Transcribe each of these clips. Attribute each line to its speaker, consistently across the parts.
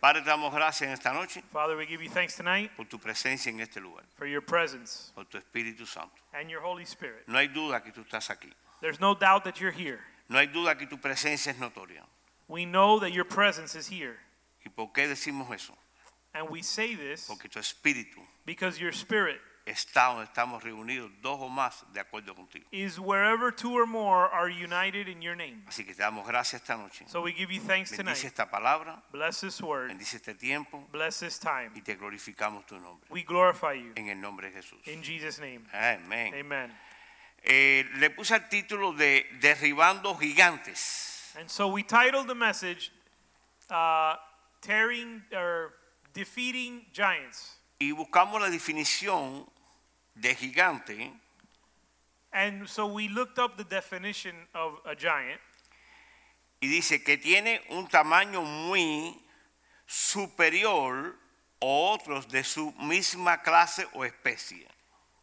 Speaker 1: Padre, te damos gracias en esta noche
Speaker 2: Father, we give you thanks tonight
Speaker 1: por tu presencia en este lugar,
Speaker 2: for your presence
Speaker 1: por tu Espíritu Santo.
Speaker 2: and your Holy Spirit.
Speaker 1: No hay duda que tú estás aquí.
Speaker 2: There's no doubt that you're here.
Speaker 1: No hay duda que tu presencia es notoria.
Speaker 2: We know that your presence is here.
Speaker 1: ¿Y por qué decimos eso?
Speaker 2: And we say this
Speaker 1: Porque tu Espíritu
Speaker 2: because your spirit
Speaker 1: está donde estamos reunidos, dos o más, de acuerdo contigo.
Speaker 2: is wherever two or more are united in your name.
Speaker 1: Así que te damos gracias esta noche.
Speaker 2: So we give you thanks
Speaker 1: Bendice
Speaker 2: tonight.
Speaker 1: esta palabra,
Speaker 2: Bless this word.
Speaker 1: bendice este tiempo
Speaker 2: Bless this time.
Speaker 1: y te glorificamos tu nombre.
Speaker 2: We glorify you.
Speaker 1: En el nombre de Jesús.
Speaker 2: In Jesus' name.
Speaker 1: Amén.
Speaker 2: Amen.
Speaker 1: Eh, le puse el título de Derribando Gigantes.
Speaker 2: And so we titled the message uh, Tearing or Defeating Giants.
Speaker 1: Y buscamos la definición de gigante.
Speaker 2: And so we looked up the definition of a giant.
Speaker 1: y dice que tiene un tamaño muy superior a otros de su misma clase o especie.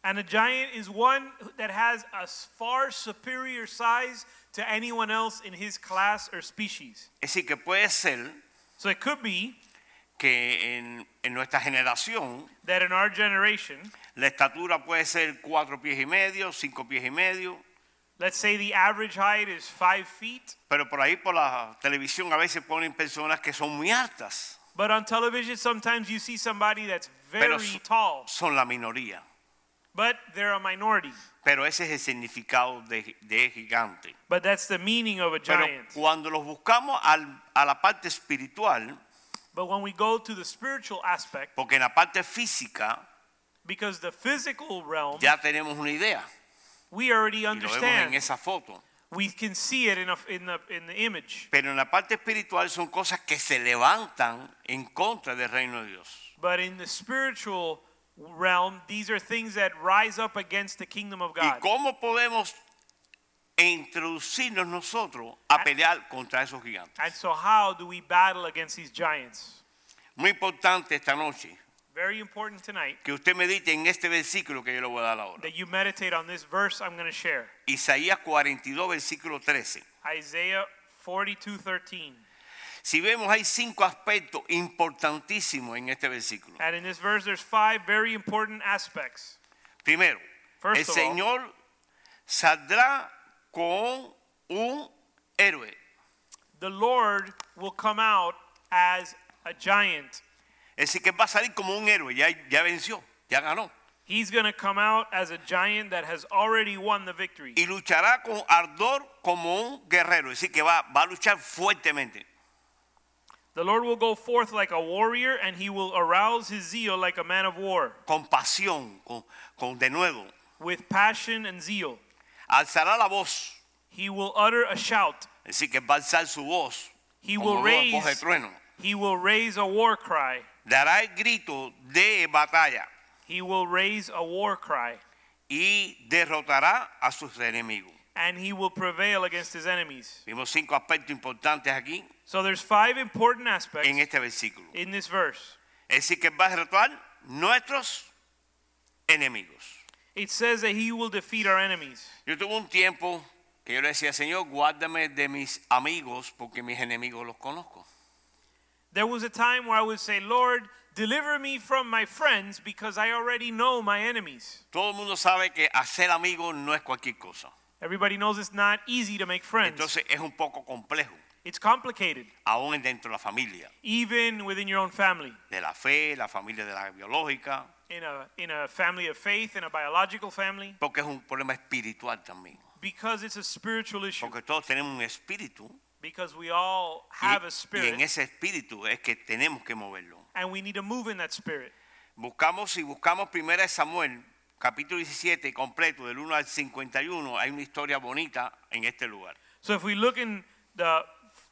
Speaker 2: And a giant is one that has a s- far superior size to anyone else in his class or species.
Speaker 1: Es decir, que puede ser
Speaker 2: So it could be
Speaker 1: que en, en nuestra generación
Speaker 2: that in our generation,
Speaker 1: la estatura puede ser cuatro pies y medio, cinco pies y medio,
Speaker 2: let's say the average height is five feet,
Speaker 1: pero por ahí por la televisión a veces ponen personas que son muy altas,
Speaker 2: but on television sometimes you see somebody that's
Speaker 1: pero
Speaker 2: very
Speaker 1: so-
Speaker 2: tall,
Speaker 1: son la minoría.
Speaker 2: but they're a minority.
Speaker 1: Pero ese es el significado de, de gigante.
Speaker 2: But that's the meaning of a
Speaker 1: Pero
Speaker 2: giant.
Speaker 1: cuando los buscamos al- a la parte espiritual,
Speaker 2: But when we go to the spiritual aspect,
Speaker 1: Porque en la parte física
Speaker 2: because the physical realm,
Speaker 1: ya tenemos una idea.
Speaker 2: we already
Speaker 1: Y lo vemos en
Speaker 2: understand.
Speaker 1: esa foto.
Speaker 2: We can see it in, a, in, the, in the image.
Speaker 1: Pero en la parte espiritual son cosas que se levantan en contra del reino de Dios.
Speaker 2: But in the spiritual realm, these are things that rise up against the kingdom of
Speaker 1: ¿Y
Speaker 2: God.
Speaker 1: cómo podemos introducirnos nosotros a pelear contra esos gigantes?
Speaker 2: And so, how do we battle against these giants?
Speaker 1: Muy importante esta noche
Speaker 2: Very important tonight
Speaker 1: que usted medite en este versículo que yo le voy a dar ahora.
Speaker 2: that you meditate on this verse I'm going to share
Speaker 1: Isaías 42, versículo 13.
Speaker 2: Isaiah 42 13.
Speaker 1: Si vemos, hay cinco aspectos importantísimos en este versículo.
Speaker 2: And in this verse, there's five very important aspects.
Speaker 1: Primero,
Speaker 2: First
Speaker 1: el
Speaker 2: of all-
Speaker 1: Señor saldrá con un héroe.
Speaker 2: The Lord will come out as a giant,
Speaker 1: Es decir, que va a salir como un héroe, ya, ya venció, ya ganó.
Speaker 2: He's going to come out as a giant that has already won the victory.
Speaker 1: Y luchará con ardor como un guerrero. Es decir, que va, va a luchar fuertemente.
Speaker 2: The Lord will go forth like a warrior, and he will arouse his zeal like a man of war,
Speaker 1: Con pasión, con, con denuedo.
Speaker 2: with passion and zeal.
Speaker 1: Alzará la voz.
Speaker 2: He will utter a shout.
Speaker 1: Es decir, que va a alzar su voz.
Speaker 2: He
Speaker 1: como
Speaker 2: will
Speaker 1: una voz de
Speaker 2: raise.
Speaker 1: trueno.
Speaker 2: He will raise a war cry.
Speaker 1: Dará el grito de batalla.
Speaker 2: He will raise a war cry,
Speaker 1: Y derrotará a sus enemigos.
Speaker 2: and he will prevail against his enemies.
Speaker 1: Vimos cinco aspectos importantes aquí.
Speaker 2: So there's five important aspects
Speaker 1: en este versículo.
Speaker 2: in this verse.
Speaker 1: Es decir, que va a derrotar nuestros enemigos.
Speaker 2: It says that he will defeat our enemies.
Speaker 1: Yo tuve un tiempo que yo le decía, Señor, guárdame de mis amigos porque mis enemigos los conozco.
Speaker 2: There was a time where I would say, Lord, deliver me from my friends because I already know my enemies.
Speaker 1: Todo el mundo sabe que hacer amigos no es cualquier cosa.
Speaker 2: Everybody knows it's not easy to make friends.
Speaker 1: Entonces es un poco complejo,
Speaker 2: It's complicated,
Speaker 1: aún dentro de la familia,
Speaker 2: even within your own family.
Speaker 1: de la fe, la familia de la biológica,
Speaker 2: In a, in a family of faith, in a biological family,
Speaker 1: porque es un problema espiritual también.
Speaker 2: because it's a spiritual issue.
Speaker 1: Porque todos tenemos un espíritu
Speaker 2: Because we all
Speaker 1: y,
Speaker 2: have a
Speaker 1: y en
Speaker 2: spirit,
Speaker 1: ese espíritu es que tenemos que moverlo.
Speaker 2: and we need to move in that spirit.
Speaker 1: Buscamos, si buscamos primera de Samuel, capítulo 17 completo, del 1 al 51, hay una historia bonita en este lugar.
Speaker 2: So if we look in the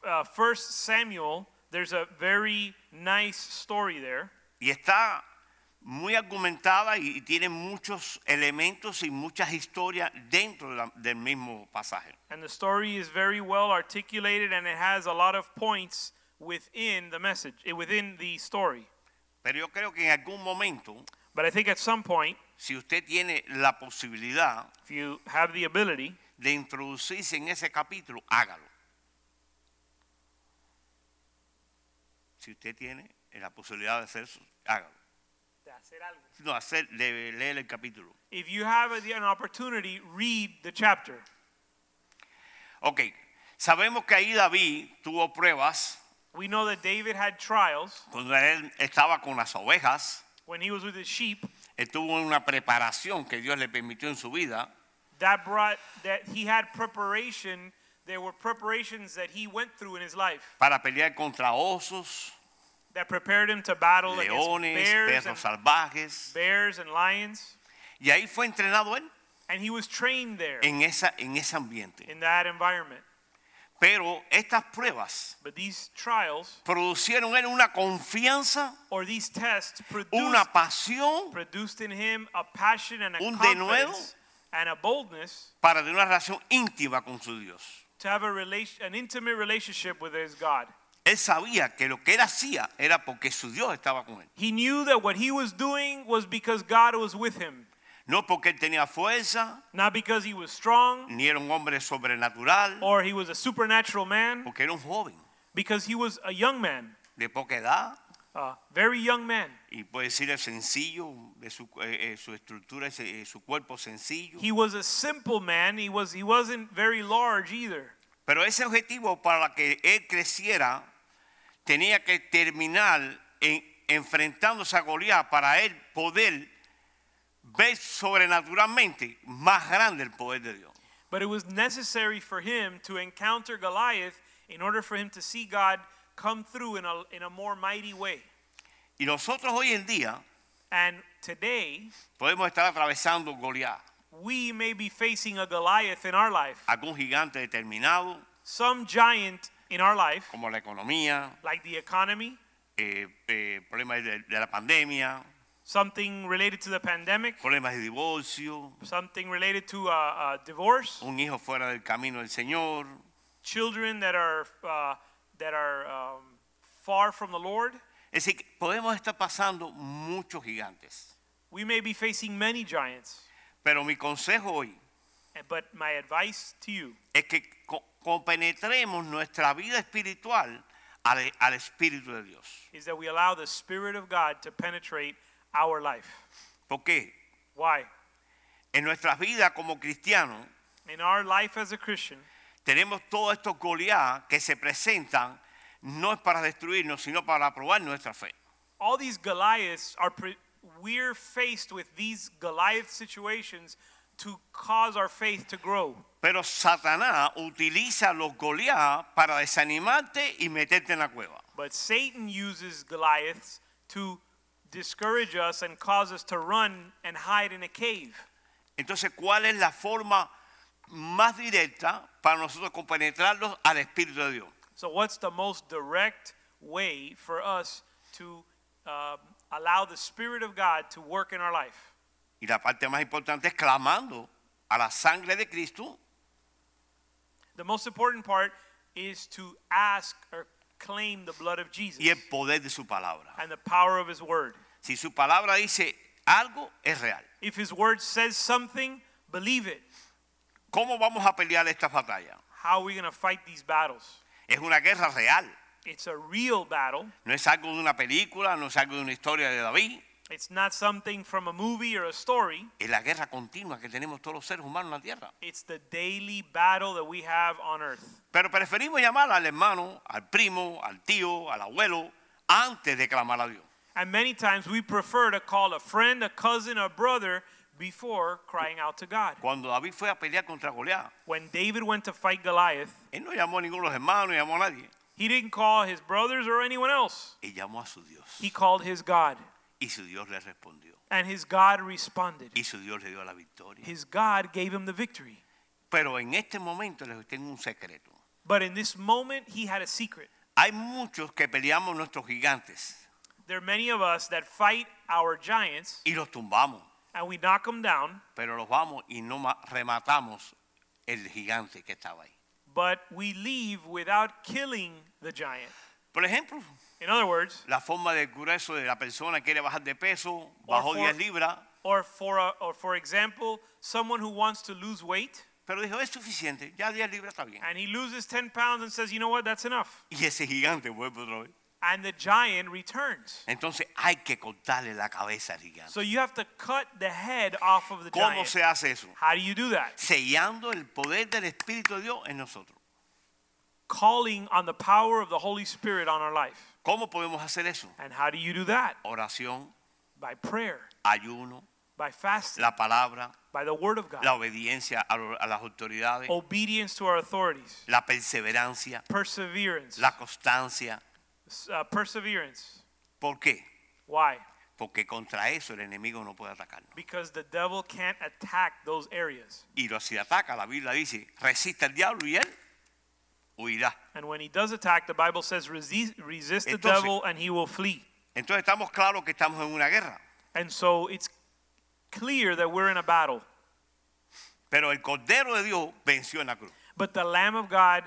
Speaker 2: uh, First Samuel, there's a very nice story there,
Speaker 1: Y está muy argumentada y y tiene muchos elementos y muchas historias dentro de la- del mismo pasaje.
Speaker 2: And the story is very well articulated and it has a lot of points within the message, eh, within the story.
Speaker 1: Pero yo creo que en algún momento,
Speaker 2: But I think at some point,
Speaker 1: si usted tiene la posibilidad
Speaker 2: if you have the ability
Speaker 1: de introducirse en ese capítulo, hágalo. Si usted tiene la posibilidad de hacer eso, hágalo. No, hacer, de leer el capítulo.
Speaker 2: if you have a- an opportunity, read the chapter.
Speaker 1: Ok, sabemos que ahí David tuvo pruebas
Speaker 2: We know that David had trials
Speaker 1: cuando él estaba con las ovejas.
Speaker 2: when he was with his sheep.
Speaker 1: Él tuvo una preparación que Dios le permitió en su vida.
Speaker 2: That brought that he had preparation. There were preparations that he went through in his life
Speaker 1: para pelear contra osos,
Speaker 2: that prepared him to battle
Speaker 1: leones,
Speaker 2: against bears and,
Speaker 1: perros salvajes.
Speaker 2: bears and lions,
Speaker 1: Y ahí fue entrenado él
Speaker 2: and he was trained there
Speaker 1: en, esa, en ese ambiente.
Speaker 2: in that environment.
Speaker 1: Pero estas pruebas
Speaker 2: But these trials
Speaker 1: producieron en él una confianza,
Speaker 2: or these tests produced,
Speaker 1: una pasión
Speaker 2: produced in him a passion and a
Speaker 1: Un denuedo.
Speaker 2: confidence and a boldness
Speaker 1: para tener una relación íntima con su Dios.
Speaker 2: to have a relation, an intimate relationship with his God.
Speaker 1: Él sabía que lo que él hacía era porque su Dios estaba con él.
Speaker 2: He knew that what he was doing was because God was with him,
Speaker 1: No porque él tenía fuerza,
Speaker 2: not because he was strong
Speaker 1: ni era un hombre sobrenatural,
Speaker 2: or he was a supernatural man,
Speaker 1: porque era un joven
Speaker 2: because he was a young man,
Speaker 1: de poca edad
Speaker 2: a very young man.
Speaker 1: y puede decir el sencillo, de su, eh, eh, su estructura, ese- eh, su cuerpo sencillo.
Speaker 2: He was a simple man. He was he wasn't very large either.
Speaker 1: Pero ese objetivo para que él creciera tenía que terminar en- enfrentándose a Goliat para él poder ver sobrenaturalmente más grande el poder de Dios.
Speaker 2: But it was necessary for him to encounter Goliath in order for him to see God come through in a, in a more mighty way.
Speaker 1: Y nosotros hoy en día
Speaker 2: And today,
Speaker 1: podemos estar atravesando Goliat,
Speaker 2: we may be facing a Goliath in our life,
Speaker 1: algún gigante determinado
Speaker 2: some giant in our life,
Speaker 1: como la economía,
Speaker 2: like the economy,
Speaker 1: eh, eh, problemas de, de la pandemia,
Speaker 2: something related to the pandemic,
Speaker 1: problemas de divorcio,
Speaker 2: something related to uh, uh, divorce,
Speaker 1: un hijo fuera del camino del Señor,
Speaker 2: children that are, uh, that are um, far from the Lord.
Speaker 1: es decir, que podemos estar pasando muchos gigantes.
Speaker 2: We may be facing many giants.
Speaker 1: Pero mi consejo hoy
Speaker 2: And- But my advice to you
Speaker 1: es que co- compenetremos nuestra vida espiritual al, al Espíritu de Dios.
Speaker 2: is that we allow the Spirit of God to penetrate our life.
Speaker 1: ¿Por qué?
Speaker 2: Why?
Speaker 1: En nuestras vidas como cristianos
Speaker 2: In our life as a Christian,
Speaker 1: tenemos todos estos Goliat que se presentan, no es para destruirnos, sino para probar nuestra fe.
Speaker 2: all these Goliaths are, pre- we're faced with these Goliath situations to cause our faith to grow.
Speaker 1: Pero Satanás utiliza los Goliat para desanimarte y meterte en la cueva.
Speaker 2: But Satan uses Goliaths to discourage us and cause us to run and hide in a cave.
Speaker 1: Entonces, ¿cuál es la forma más directa para nosotros compenetrarlos al Espíritu de Dios?
Speaker 2: So, what's the most direct way for us to um, allow the Spirit of God to work in our life?
Speaker 1: Y la parte más importante es clamando a la sangre de Cristo
Speaker 2: The most important part is to ask or claim the blood of Jesus
Speaker 1: y el poder de su palabra.
Speaker 2: and the power of his word.
Speaker 1: Si su palabra dice algo, es real.
Speaker 2: If his word says something, believe it.
Speaker 1: ¿Cómo vamos a pelear esta batalla?
Speaker 2: How are we going to fight these battles?
Speaker 1: Es una guerra real.
Speaker 2: It's a real battle.
Speaker 1: No es algo de una película, no es algo de una historia de David.
Speaker 2: It's not something from a movie or a story.
Speaker 1: Es la guerra continua que tenemos todos los seres humanos en la tierra.
Speaker 2: It's the daily battle that we have on earth.
Speaker 1: Pero preferimos llamar al hermano, al primo, al tío, al abuelo, antes de clamar a Dios.
Speaker 2: And many times we prefer to call a friend, a cousin, a brother before crying out to God.
Speaker 1: Cuando David fue a pelear contra Goliat,
Speaker 2: When David went to fight Goliath,
Speaker 1: él no llamó a ninguno de los hermanos, no llamó a nadie.
Speaker 2: he didn't call his brothers or anyone else.
Speaker 1: Él llamó a su Dios.
Speaker 2: He called his God,
Speaker 1: Y su Dios le respondió.
Speaker 2: and his God responded.
Speaker 1: y su Dios le dio la victoria.
Speaker 2: His God gave him the victory.
Speaker 1: Pero en este momento les tengo un secreto.
Speaker 2: But in this moment, he had a secret.
Speaker 1: Hay muchos que peleamos nuestros gigantes
Speaker 2: There are many of us that fight our giants
Speaker 1: y los tumbamos,
Speaker 2: and we knock them down,
Speaker 1: pero los vamos y no ma- rematamos el gigante que estaba ahí.
Speaker 2: but we leave without killing the giant.
Speaker 1: Por ejemplo,
Speaker 2: In other words,
Speaker 1: la forma del grueso de la persona quiere bajar de peso, bajó
Speaker 2: for-
Speaker 1: 10 libras,
Speaker 2: or for, a, or for example, someone who wants to lose weight
Speaker 1: pero dijo, es suficiente, ya 10 libras está bien.
Speaker 2: and he loses 10 pounds and says, you know what, that's enough.
Speaker 1: Y ese gigante vuelve otra vez.
Speaker 2: And the giant returns.
Speaker 1: Entonces hay que cortarle la cabeza al gigante.
Speaker 2: So you have to cut the head off of the
Speaker 1: ¿Cómo
Speaker 2: giant.
Speaker 1: se hace eso?
Speaker 2: How do you do that?
Speaker 1: Sellando el poder del Espíritu de Dios en nosotros.
Speaker 2: Calling on the power of the Holy Spirit on our life.
Speaker 1: ¿Cómo podemos hacer eso?
Speaker 2: And how do you do that?
Speaker 1: Oración,
Speaker 2: By prayer,
Speaker 1: ayuno,
Speaker 2: by fasting,
Speaker 1: la palabra,
Speaker 2: by the word of God,
Speaker 1: la obediencia a, lo- a las autoridades,
Speaker 2: Oh. obedience to our authorities,
Speaker 1: la perseverancia,
Speaker 2: perseverance,
Speaker 1: la constancia.
Speaker 2: uh, perseverance.
Speaker 1: ¿Por qué?
Speaker 2: Why?
Speaker 1: Porque contra eso el enemigo no puede atacarnos.
Speaker 2: Because the devil can't attack those areas.
Speaker 1: Y lo- si ataca, la Biblia dice, resista al diablo y él huirá.
Speaker 2: And when he does attack, the Bible says, resist, resist the
Speaker 1: Entonces-
Speaker 2: devil and he will flee.
Speaker 1: Entonces estamos claros que estamos en una guerra.
Speaker 2: And so it's clear that we're in a battle.
Speaker 1: Pero el Cordero de Dios venció en la cruz.
Speaker 2: But the Lamb of God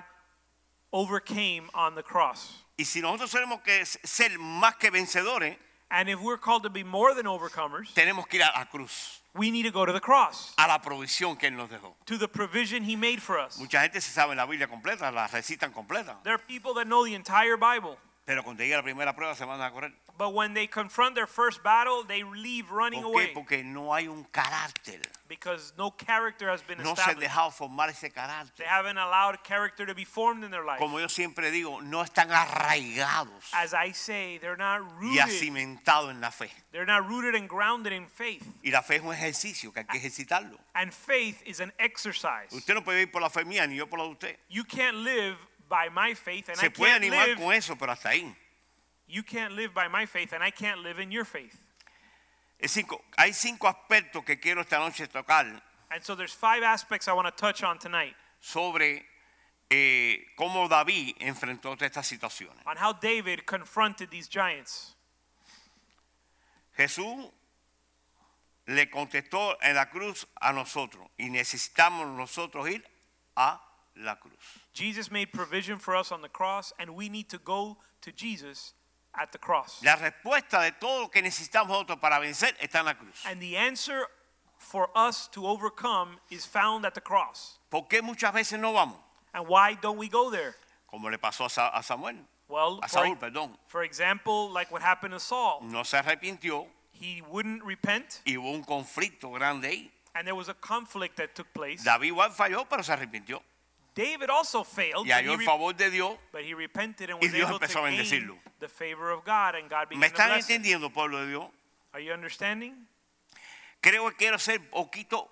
Speaker 2: overcame on the cross.
Speaker 1: Y si nosotros tenemos que ser más que vencedores,
Speaker 2: And if we're called to be more than overcomers,
Speaker 1: tenemos que ir a la cruz,
Speaker 2: we need to go to the cross,
Speaker 1: a la provisión que Él nos dejó.
Speaker 2: to the provision he made for us.
Speaker 1: Mucha gente se sabe la Biblia completa, la recitan completa,
Speaker 2: There are people that know the entire Bible,
Speaker 1: pero cuando llega la primera prueba se van a correr.
Speaker 2: but when they confront their first battle, they leave running
Speaker 1: ¿Por qué?
Speaker 2: away
Speaker 1: Porque no hay un carácter.
Speaker 2: because no character has been
Speaker 1: No se han
Speaker 2: established.
Speaker 1: dejado formar ese
Speaker 2: They
Speaker 1: carácter.
Speaker 2: haven't allowed character to be formed in their life.
Speaker 1: Como yo siempre digo, no están arraigados
Speaker 2: As I say, they're not
Speaker 1: y
Speaker 2: rooted.
Speaker 1: acimentados en la fe.
Speaker 2: They're not rooted and grounded in faith.
Speaker 1: Y la fe es un ejercicio que hay que ejercitarlo.
Speaker 2: And faith is an exercise.
Speaker 1: Usted no puede ir por la fe mía ni yo por la de usted.
Speaker 2: You can't live by my faith, and I
Speaker 1: Se puede
Speaker 2: can't
Speaker 1: animar
Speaker 2: live
Speaker 1: con eso, pero hasta ahí.
Speaker 2: You can't live by my faith, and I can't live in your faith.
Speaker 1: Es cinco- hay cinco aspectos que quiero esta noche tocar
Speaker 2: And so there's five aspects I want to touch on tonight
Speaker 1: sobre eh, cómo David enfrentó todas estas situaciones.
Speaker 2: on how David confronted these giants.
Speaker 1: Jesús le contestó en la cruz a nosotros y necesitamos nosotros ir a la cruz.
Speaker 2: Jesus made provision for us on the cross, and we need to go to Jesus at the cross.
Speaker 1: La respuesta de todo lo que necesitamos nosotros para vencer está en la cruz.
Speaker 2: And the answer for us to overcome is found at the cross.
Speaker 1: ¿Por qué muchas veces no vamos?
Speaker 2: And why don't we go there?
Speaker 1: Como le pasó a, Sa- a Samuel,
Speaker 2: Well,
Speaker 1: a Saúl,
Speaker 2: for,
Speaker 1: perdón.
Speaker 2: for example, like what happened to Saul,
Speaker 1: No se arrepintió
Speaker 2: he wouldn't repent,
Speaker 1: y hubo un conflicto grande ahí.
Speaker 2: and there was a conflict that took place.
Speaker 1: David igual falló, pero se arrepintió
Speaker 2: David also failed.
Speaker 1: y
Speaker 2: but he
Speaker 1: halló el
Speaker 2: re-
Speaker 1: favor de Dios.
Speaker 2: But he repented and
Speaker 1: Y
Speaker 2: was
Speaker 1: Dios
Speaker 2: able to
Speaker 1: empezó a
Speaker 2: gain
Speaker 1: bendecirlo.
Speaker 2: the favor of God, and God
Speaker 1: ¿Me
Speaker 2: began to
Speaker 1: están
Speaker 2: bless him.
Speaker 1: entendiendo, pueblo de Dios?
Speaker 2: Are you understanding?
Speaker 1: Creo que quiero ser poquito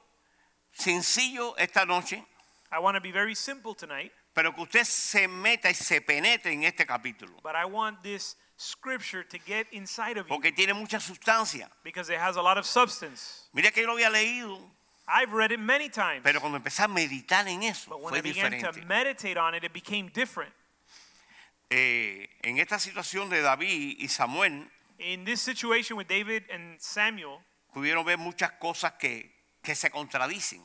Speaker 1: sencillo esta noche,
Speaker 2: I want to be very simple tonight,
Speaker 1: pero que usted se meta y se penetre en este capítulo,
Speaker 2: but I want this scripture to get inside of you
Speaker 1: porque tiene mucha sustancia.
Speaker 2: because it has a lot of substance.
Speaker 1: Mira que yo lo había leído,
Speaker 2: I've read it many times,
Speaker 1: pero cuando empecé a meditar en eso
Speaker 2: but when
Speaker 1: fue
Speaker 2: I began to
Speaker 1: diferente.
Speaker 2: meditate on it, it became different.
Speaker 1: Eh, en esta situación de David y Samuel
Speaker 2: In this situation with David and Samuel,
Speaker 1: pudieron ver muchas cosas que, que se contradicen,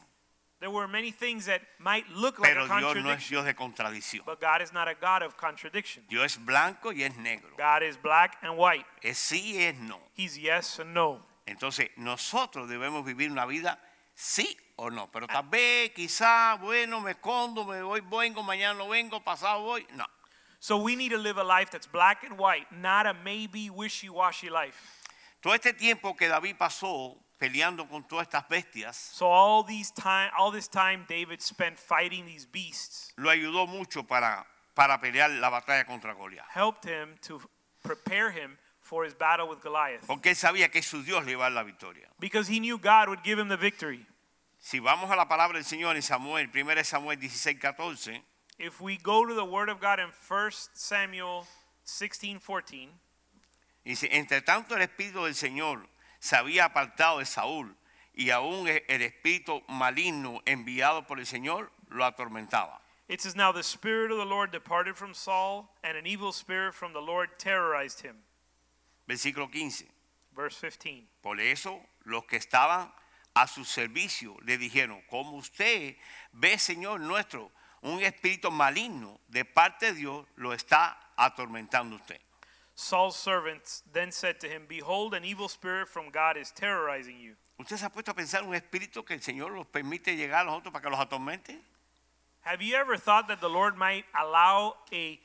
Speaker 2: there were many things that might look like
Speaker 1: pero
Speaker 2: a
Speaker 1: Dios no es
Speaker 2: contradiction,
Speaker 1: Dios de contradicción.
Speaker 2: but God is not a God of contradiction.
Speaker 1: Dios es blanco y es negro,
Speaker 2: God is black and white.
Speaker 1: es sí y es no.
Speaker 2: He's yes and no.
Speaker 1: Entonces, nosotros debemos vivir una vida sí o no. Pero tal vez, quizá, bueno, me escondo, me voy, vengo, mañana no vengo, pasado voy. No.
Speaker 2: So we need to live a life that's black and white, not a maybe wishy-washy life.
Speaker 1: Todo este tiempo que David pasó peleando con todas estas bestias,
Speaker 2: So all these time, all this time David spent fighting these beasts
Speaker 1: lo ayudó mucho para, para pelear la batalla contra Goliat.
Speaker 2: helped him to prepare him for his battle with Goliath
Speaker 1: Porque él sabía que su Dios le iba a dar la victoria.
Speaker 2: because he knew God would give him the victory.
Speaker 1: Si vamos a la palabra del Señor en Samuel, 1 Samuel 16, 14,
Speaker 2: If we go to the word of God in 1 Samuel 16:14,
Speaker 1: Dice, entre tanto el espíritu del Señor se había apartado de Saúl y aún e- el espíritu maligno enviado por el Señor lo atormentaba.
Speaker 2: it says now the spirit of the Lord departed from Saul and an evil spirit from the Lord terrorized him.
Speaker 1: versículo 15.
Speaker 2: Verse 15.
Speaker 1: Por eso los que estaban a su servicio le dijeron, como usted ve, Señor nuestro, un espíritu maligno de parte de Dios lo está atormentando usted.
Speaker 2: Saul's servants then said to him, Behold, an evil spirit from God is terrorizing you.
Speaker 1: ¿Usted se ha puesto a pensar un espíritu que el Señor los permite llegar a los otros para que los atormente?
Speaker 2: Have you ever thought that the Lord might allow a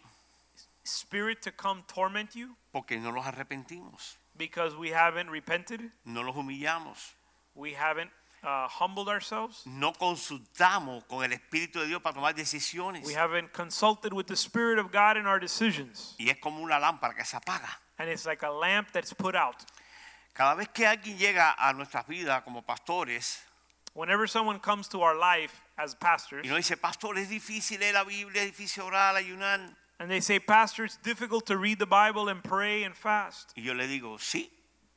Speaker 2: spirit to come torment you
Speaker 1: Porque no los arrepentimos,
Speaker 2: because we haven't repented?
Speaker 1: no los humillamos,
Speaker 2: We haven't uh, humbled ourselves?
Speaker 1: no consultamos con el Espíritu de Dios para tomar decisiones.
Speaker 2: We haven't consulted with the Spirit of God in our decisions.
Speaker 1: Y es como una lámpara que se apaga.
Speaker 2: And it's like a lamp that's put out.
Speaker 1: Cada vez que alguien llega a nuestras vidas como pastores
Speaker 2: Whenever someone comes to our life as pastors
Speaker 1: y nos dice, pastor, es difícil leer la Biblia, es difícil orar, ayunar.
Speaker 2: and they say, Pastor, it's difficult to read the Bible and pray and fast.
Speaker 1: Y yo le digo, sí,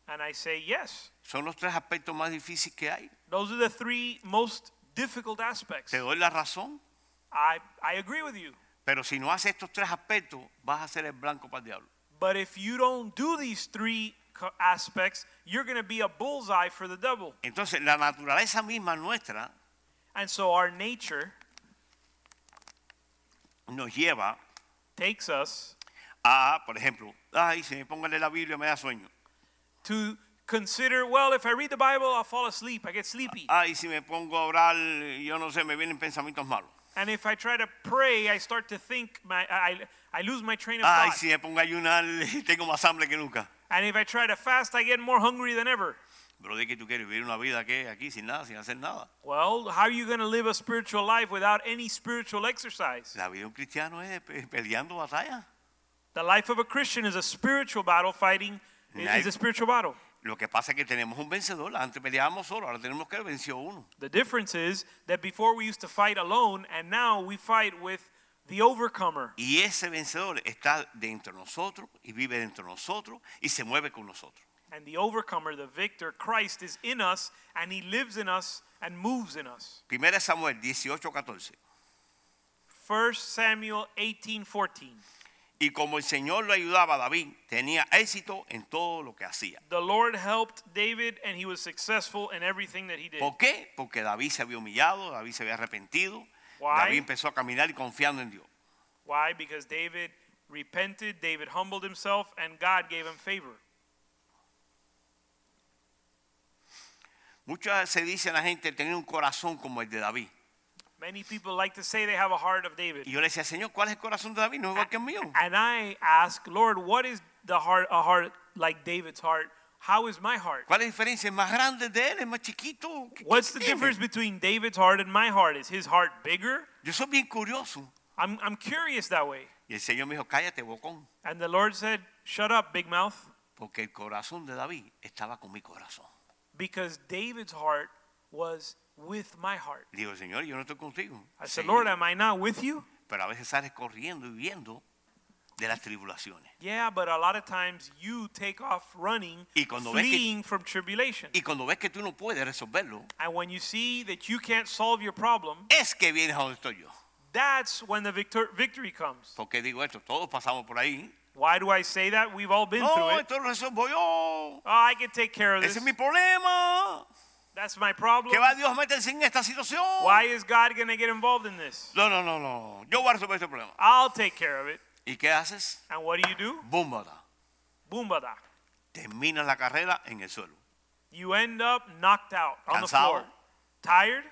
Speaker 2: And I say, Yes,
Speaker 1: son los tres aspectos más difíciles que hay.
Speaker 2: those are the three most difficult aspects.
Speaker 1: Te doy la razón,
Speaker 2: I, I agree with you.
Speaker 1: pero si no haces estos tres aspectos, vas a ser el blanco para el diablo.
Speaker 2: But if you don't do these three co- aspects, you're going to be a bullseye for the devil.
Speaker 1: Entonces, la naturaleza misma nuestra
Speaker 2: And so our nature
Speaker 1: nos lleva
Speaker 2: takes us
Speaker 1: a, por ejemplo, ay, si me pongo a leer la Biblia me da sueño.
Speaker 2: to consider, well, if I read the Bible, I'll fall asleep. I get sleepy.
Speaker 1: Ay, si me pongo a orar, yo no sé, me vienen pensamientos malos.
Speaker 2: And if I try to pray, I start to think my I, I lose my train of
Speaker 1: Ay,
Speaker 2: thought.
Speaker 1: si me pongo a ayunar, tengo más hambre que nunca.
Speaker 2: And if I try to fast, I get more hungry than ever.
Speaker 1: Pero de que tú quieres vivir una vida que aquí sin nada, sin hacer nada.
Speaker 2: Well, how are you going to live a spiritual life without any spiritual exercise?
Speaker 1: La vida de un cristiano es pe- peleando batalla.
Speaker 2: The life of a Christian is a spiritual battle fighting is a
Speaker 1: Nice.
Speaker 2: spiritual battle.
Speaker 1: Lo que pasa es que tenemos un vencedor. Antes peleábamos solo, ahora tenemos que venció uno.
Speaker 2: The difference is that before we used to fight alone and now we fight with the overcomer.
Speaker 1: Y ese vencedor está dentro de nosotros y vive dentro de nosotros y se mueve con nosotros.
Speaker 2: And the overcomer, the victor, Christ is in us and he lives in us and moves in us.
Speaker 1: Primera Samuel 18, 14.
Speaker 2: 1 Samuel 18:14.
Speaker 1: Y como el Señor lo ayudaba a David, tenía éxito en todo lo que hacía.
Speaker 2: The Lord helped David and he was successful in everything that he did.
Speaker 1: ¿Por qué? Porque David se había humillado, David se había arrepentido,
Speaker 2: Why?
Speaker 1: David empezó a caminar y confiando en Dios.
Speaker 2: Why? Because David repented, David humbled himself, and God gave him favor.
Speaker 1: Muchas se dice a la gente tener un corazón como el de David.
Speaker 2: Many people like to say they have a heart of David.
Speaker 1: Y yo le decía, Señor, ¿cuál es el corazón de David? No es igual que el mío.
Speaker 2: And I ask, Lord, what is the heart a heart like David's heart? How is my heart?
Speaker 1: ¿Cuál es la diferencia? ¿Es más grande de él? ¿Es más chiquito? ¿Qué- qué
Speaker 2: What's the
Speaker 1: tiene?
Speaker 2: difference between David's heart and my heart? Is his heart bigger?
Speaker 1: Yo soy bien curioso.
Speaker 2: I'm, I'm curious that way.
Speaker 1: Y el Señor me dijo, cállate, bocón,
Speaker 2: And the Lord said, Shut up, big mouth,
Speaker 1: porque el corazón de David estaba con mi corazón.
Speaker 2: because David's heart was with my heart.
Speaker 1: Le Digo, Señor, yo no estoy contigo.
Speaker 2: I said,
Speaker 1: Sí,
Speaker 2: Lord, am I not with you?
Speaker 1: Pero a veces sales corriendo y viendo de las tribulaciones.
Speaker 2: Yeah, but a lot of times you take off running,
Speaker 1: Y cuando ves que-
Speaker 2: fleeing from tribulation.
Speaker 1: Y cuando ves que tú no puedes resolverlo,
Speaker 2: And when you see that you can't solve your problem,
Speaker 1: es que vienes a donde estoy yo.
Speaker 2: that's when the victor- victory comes.
Speaker 1: ¿Por qué digo esto? Todos pasamos por ahí.
Speaker 2: Why do I say that? We've all been
Speaker 1: No,
Speaker 2: through it.
Speaker 1: esto lo resuelvo yo.
Speaker 2: Oh, I can take care of this.
Speaker 1: Ese es mi problema.
Speaker 2: That's my problem.
Speaker 1: ¿Qué va Dios a meterse en esta situación?
Speaker 2: Why is God going to get involved in this?
Speaker 1: No, no, no, no. Yo voy a resolver este problema.
Speaker 2: I'll take care of it.
Speaker 1: ¿Y qué haces?
Speaker 2: And what do you do?
Speaker 1: Búmbada.
Speaker 2: Boom, bada.
Speaker 1: Terminas la carrera en el suelo.
Speaker 2: You end up knocked out on the
Speaker 1: Cansado.
Speaker 2: floor. Tired,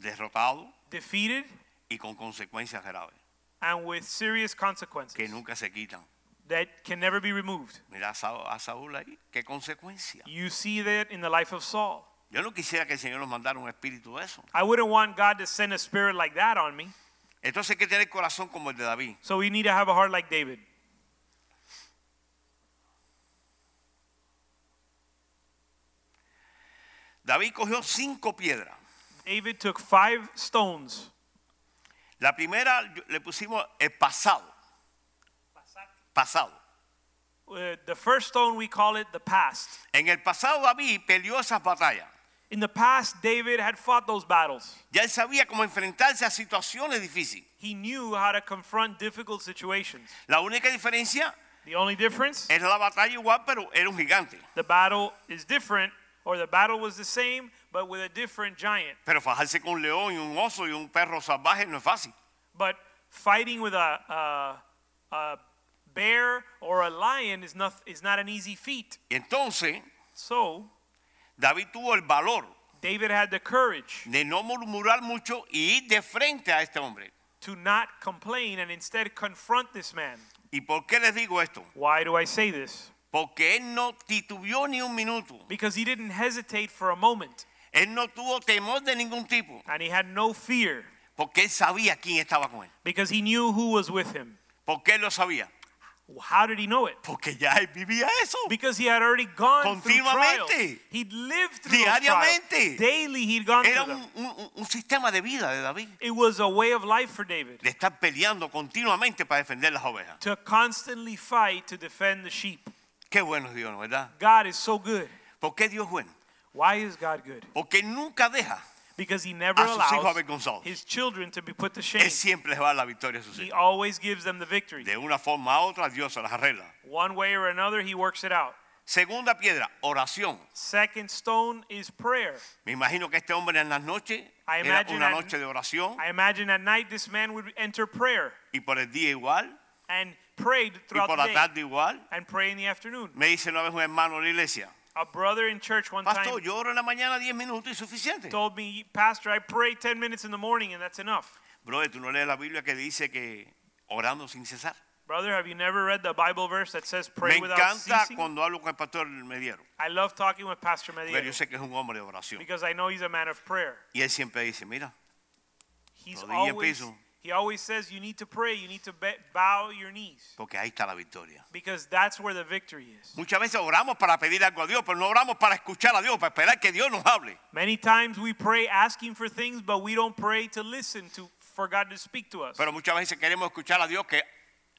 Speaker 1: Derrotado
Speaker 2: defeated,
Speaker 1: y con consecuencias graves
Speaker 2: and with serious consequences
Speaker 1: que nunca se quitan.
Speaker 2: that can never be removed.
Speaker 1: Mira a Sa- a Saúl ahí. ¿Qué consecuencia?
Speaker 2: You see that in the life of Saul.
Speaker 1: Yo no quisiera que el Señor nos mandara un espíritu de eso.
Speaker 2: I wouldn't want God to send a spirit like that on me.
Speaker 1: Entonces hay que tener el corazón como el de David.
Speaker 2: So we need to have a heart like David.
Speaker 1: David cogió cinco piedras.
Speaker 2: David took five stones.
Speaker 1: La primera yo- le pusimos el pasado. Pasado.
Speaker 2: Uh, the first stone, we call it the past.
Speaker 1: En el pasado David peleó esas batallas.
Speaker 2: In the past, David had fought those battles.
Speaker 1: Ya él sabía cómo enfrentarse a situaciones difíciles.
Speaker 2: He knew how to confront difficult situations.
Speaker 1: La única diferencia
Speaker 2: The only difference,
Speaker 1: Es la batalla igual, pero era un gigante.
Speaker 2: the battle is different, or the battle was the same, but with a different giant.
Speaker 1: Pero fajarse con un león y un oso y un perro salvaje no es fácil.
Speaker 2: But fighting with a, a, a bear or a lion is not, is not an easy feat.
Speaker 1: Y entonces
Speaker 2: So
Speaker 1: David tuvo el valor
Speaker 2: David had the courage
Speaker 1: de no murmurar mucho y ir de frente a este hombre.
Speaker 2: to not complain and instead confront this man.
Speaker 1: ¿Y por qué les digo esto?
Speaker 2: Why do I say this?
Speaker 1: Porque él no titubeó ni un minuto.
Speaker 2: Because he didn't hesitate for a moment
Speaker 1: Él no tuvo temor de ningún tipo.
Speaker 2: and he had no fear
Speaker 1: Porque él sabía quién estaba con él.
Speaker 2: because he knew who was with him.
Speaker 1: ¿Por qué él lo sabía?
Speaker 2: How did he know it?
Speaker 1: Porque ya él vivía eso.
Speaker 2: Because he had already gone through trials.
Speaker 1: Continuamente.
Speaker 2: He'd lived through those trials.
Speaker 1: Diariamente.
Speaker 2: Daily he'd gone
Speaker 1: Era
Speaker 2: through
Speaker 1: un,
Speaker 2: them.
Speaker 1: un- un sistema de vida de David.
Speaker 2: It was a way of life for David
Speaker 1: De estar peleando continuamente para defender las ovejas.
Speaker 2: to constantly fight to defend the sheep.
Speaker 1: Qué bueno es Dios, ¿no? ¿verdad?
Speaker 2: God is so good.
Speaker 1: ¿Por qué Dios es bueno?
Speaker 2: Why is God good?
Speaker 1: Porque él nunca deja.
Speaker 2: Because he never
Speaker 1: A sus hijos
Speaker 2: allows
Speaker 1: avergonzados.
Speaker 2: his children to be put to shame.
Speaker 1: Él siempre les va a dar la victoria a sus
Speaker 2: He
Speaker 1: hijos.
Speaker 2: always gives them the victory.
Speaker 1: De una forma a otra, Dios se las arregla.
Speaker 2: One way or another, he works it out.
Speaker 1: Segunda piedra, oración.
Speaker 2: Second stone is prayer.
Speaker 1: Me imagino que este hombre en las noches era
Speaker 2: imagine
Speaker 1: una
Speaker 2: that-
Speaker 1: noche de oración
Speaker 2: I imagine at night this man would enter prayer
Speaker 1: y por el día igual
Speaker 2: and prayed
Speaker 1: y
Speaker 2: throughout
Speaker 1: por
Speaker 2: the
Speaker 1: la
Speaker 2: day
Speaker 1: tarde igual.
Speaker 2: and pray in the afternoon.
Speaker 1: Me dice una vez un hermano de la iglesia,
Speaker 2: A brother in church one
Speaker 1: pastor,
Speaker 2: time
Speaker 1: yo oro en la mañana 10 minutos y suficiente.
Speaker 2: told me, Pastor, I pray 10 minutes in the morning and that's enough.
Speaker 1: Brother, tú no lees la Biblia que dice que orando sin cesar.
Speaker 2: Brother, have you never read the Bible verse that says
Speaker 1: Me
Speaker 2: pray without
Speaker 1: encanta
Speaker 2: ceasing?
Speaker 1: cuando hablo con el pastor Mediero,
Speaker 2: I love talking with Pastor
Speaker 1: porque yo
Speaker 2: Medina
Speaker 1: sé que es un hombre de oración.
Speaker 2: because I know he's a man of prayer.
Speaker 1: Y él siempre dice, mira,
Speaker 2: He's
Speaker 1: Rodilla en
Speaker 2: always,
Speaker 1: piso.
Speaker 2: he always says you need to pray, you need to be- bow your knees
Speaker 1: porque ahí está la victoria.
Speaker 2: because that's where the victory is.
Speaker 1: Muchas veces oramos para pedir algo a Dios, pero no oramos para escuchar a Dios, para esperar que Dios nos hable.
Speaker 2: Many times we pray asking for things, but we don't pray to listen to for God to speak to us.
Speaker 1: Pero muchas veces queremos escuchar a Dios que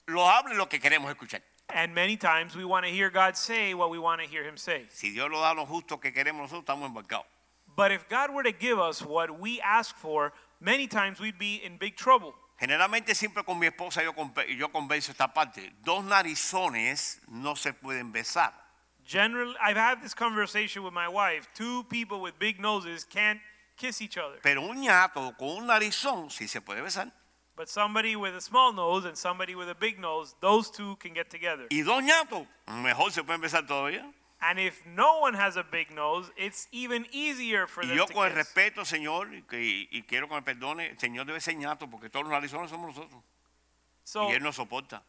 Speaker 1: lo hable lo que queremos escuchar.
Speaker 2: and many times we want to hear God say what we want to hear Him say.
Speaker 1: Si Dios lo da lo justo que queremos nosotros, estamos embarcados.
Speaker 2: But if God were to give us what we ask for, many times we'd be in big trouble.
Speaker 1: Generalmente siempre con mi esposa yo, conve- yo convenzo esta parte. Dos narizones no se pueden besar.
Speaker 2: Generally, I've had this conversation with my wife. Two people with big noses can't kiss each other,
Speaker 1: Pero un ñato con un narizón sí se puede besar.
Speaker 2: but somebody with a small nose and somebody with a big nose, those two can get together.
Speaker 1: Y dos ñatos, mejor se pueden besar todavía.
Speaker 2: And if no one has a big nose, it's even easier for
Speaker 1: Y
Speaker 2: them
Speaker 1: yo
Speaker 2: to
Speaker 1: con el
Speaker 2: kiss.
Speaker 1: respeto, Señor, y, que- y quiero que me perdone, el Señor debe ser ñato porque todos los narizones somos nosotros.
Speaker 2: So
Speaker 1: y Él nos soporta.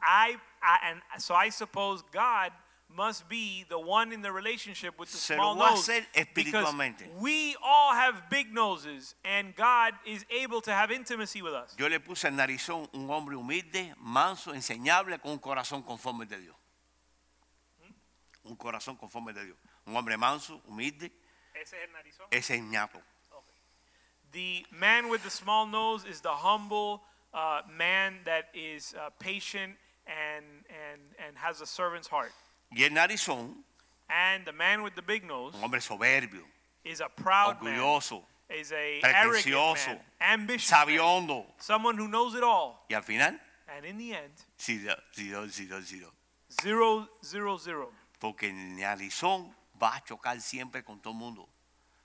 Speaker 2: I, I and so I suppose God must be the one in the relationship with the
Speaker 1: Se lo
Speaker 2: small
Speaker 1: voy a
Speaker 2: nose
Speaker 1: hacer
Speaker 2: because
Speaker 1: espiritualmente.
Speaker 2: we all have big noses and God is able to have intimacy with us.
Speaker 1: Yo le puse el narizón un hombre humilde, manso, enseñable, con un corazón conforme de Dios. Un corazón conforme de Dios. Un hombre manso, humilde, ese es ñato.
Speaker 2: The man with the small nose is the humble uh, man that is uh, patient and and and has a servant's heart.
Speaker 1: Y el narizón,
Speaker 2: And the man with the big nose
Speaker 1: un hombre soberbio,
Speaker 2: is a proud man,
Speaker 1: orgulloso,
Speaker 2: is a arrogant man,
Speaker 1: pretencioso,
Speaker 2: ambitious, man,
Speaker 1: sabiondo.
Speaker 2: someone who knows it all.
Speaker 1: Y al final,
Speaker 2: And in the end,
Speaker 1: Zidó, Zidó, Zidó, Zidó.
Speaker 2: Zero, zero, zero.
Speaker 1: Porque el narizón va a chocar siempre con todo el mundo.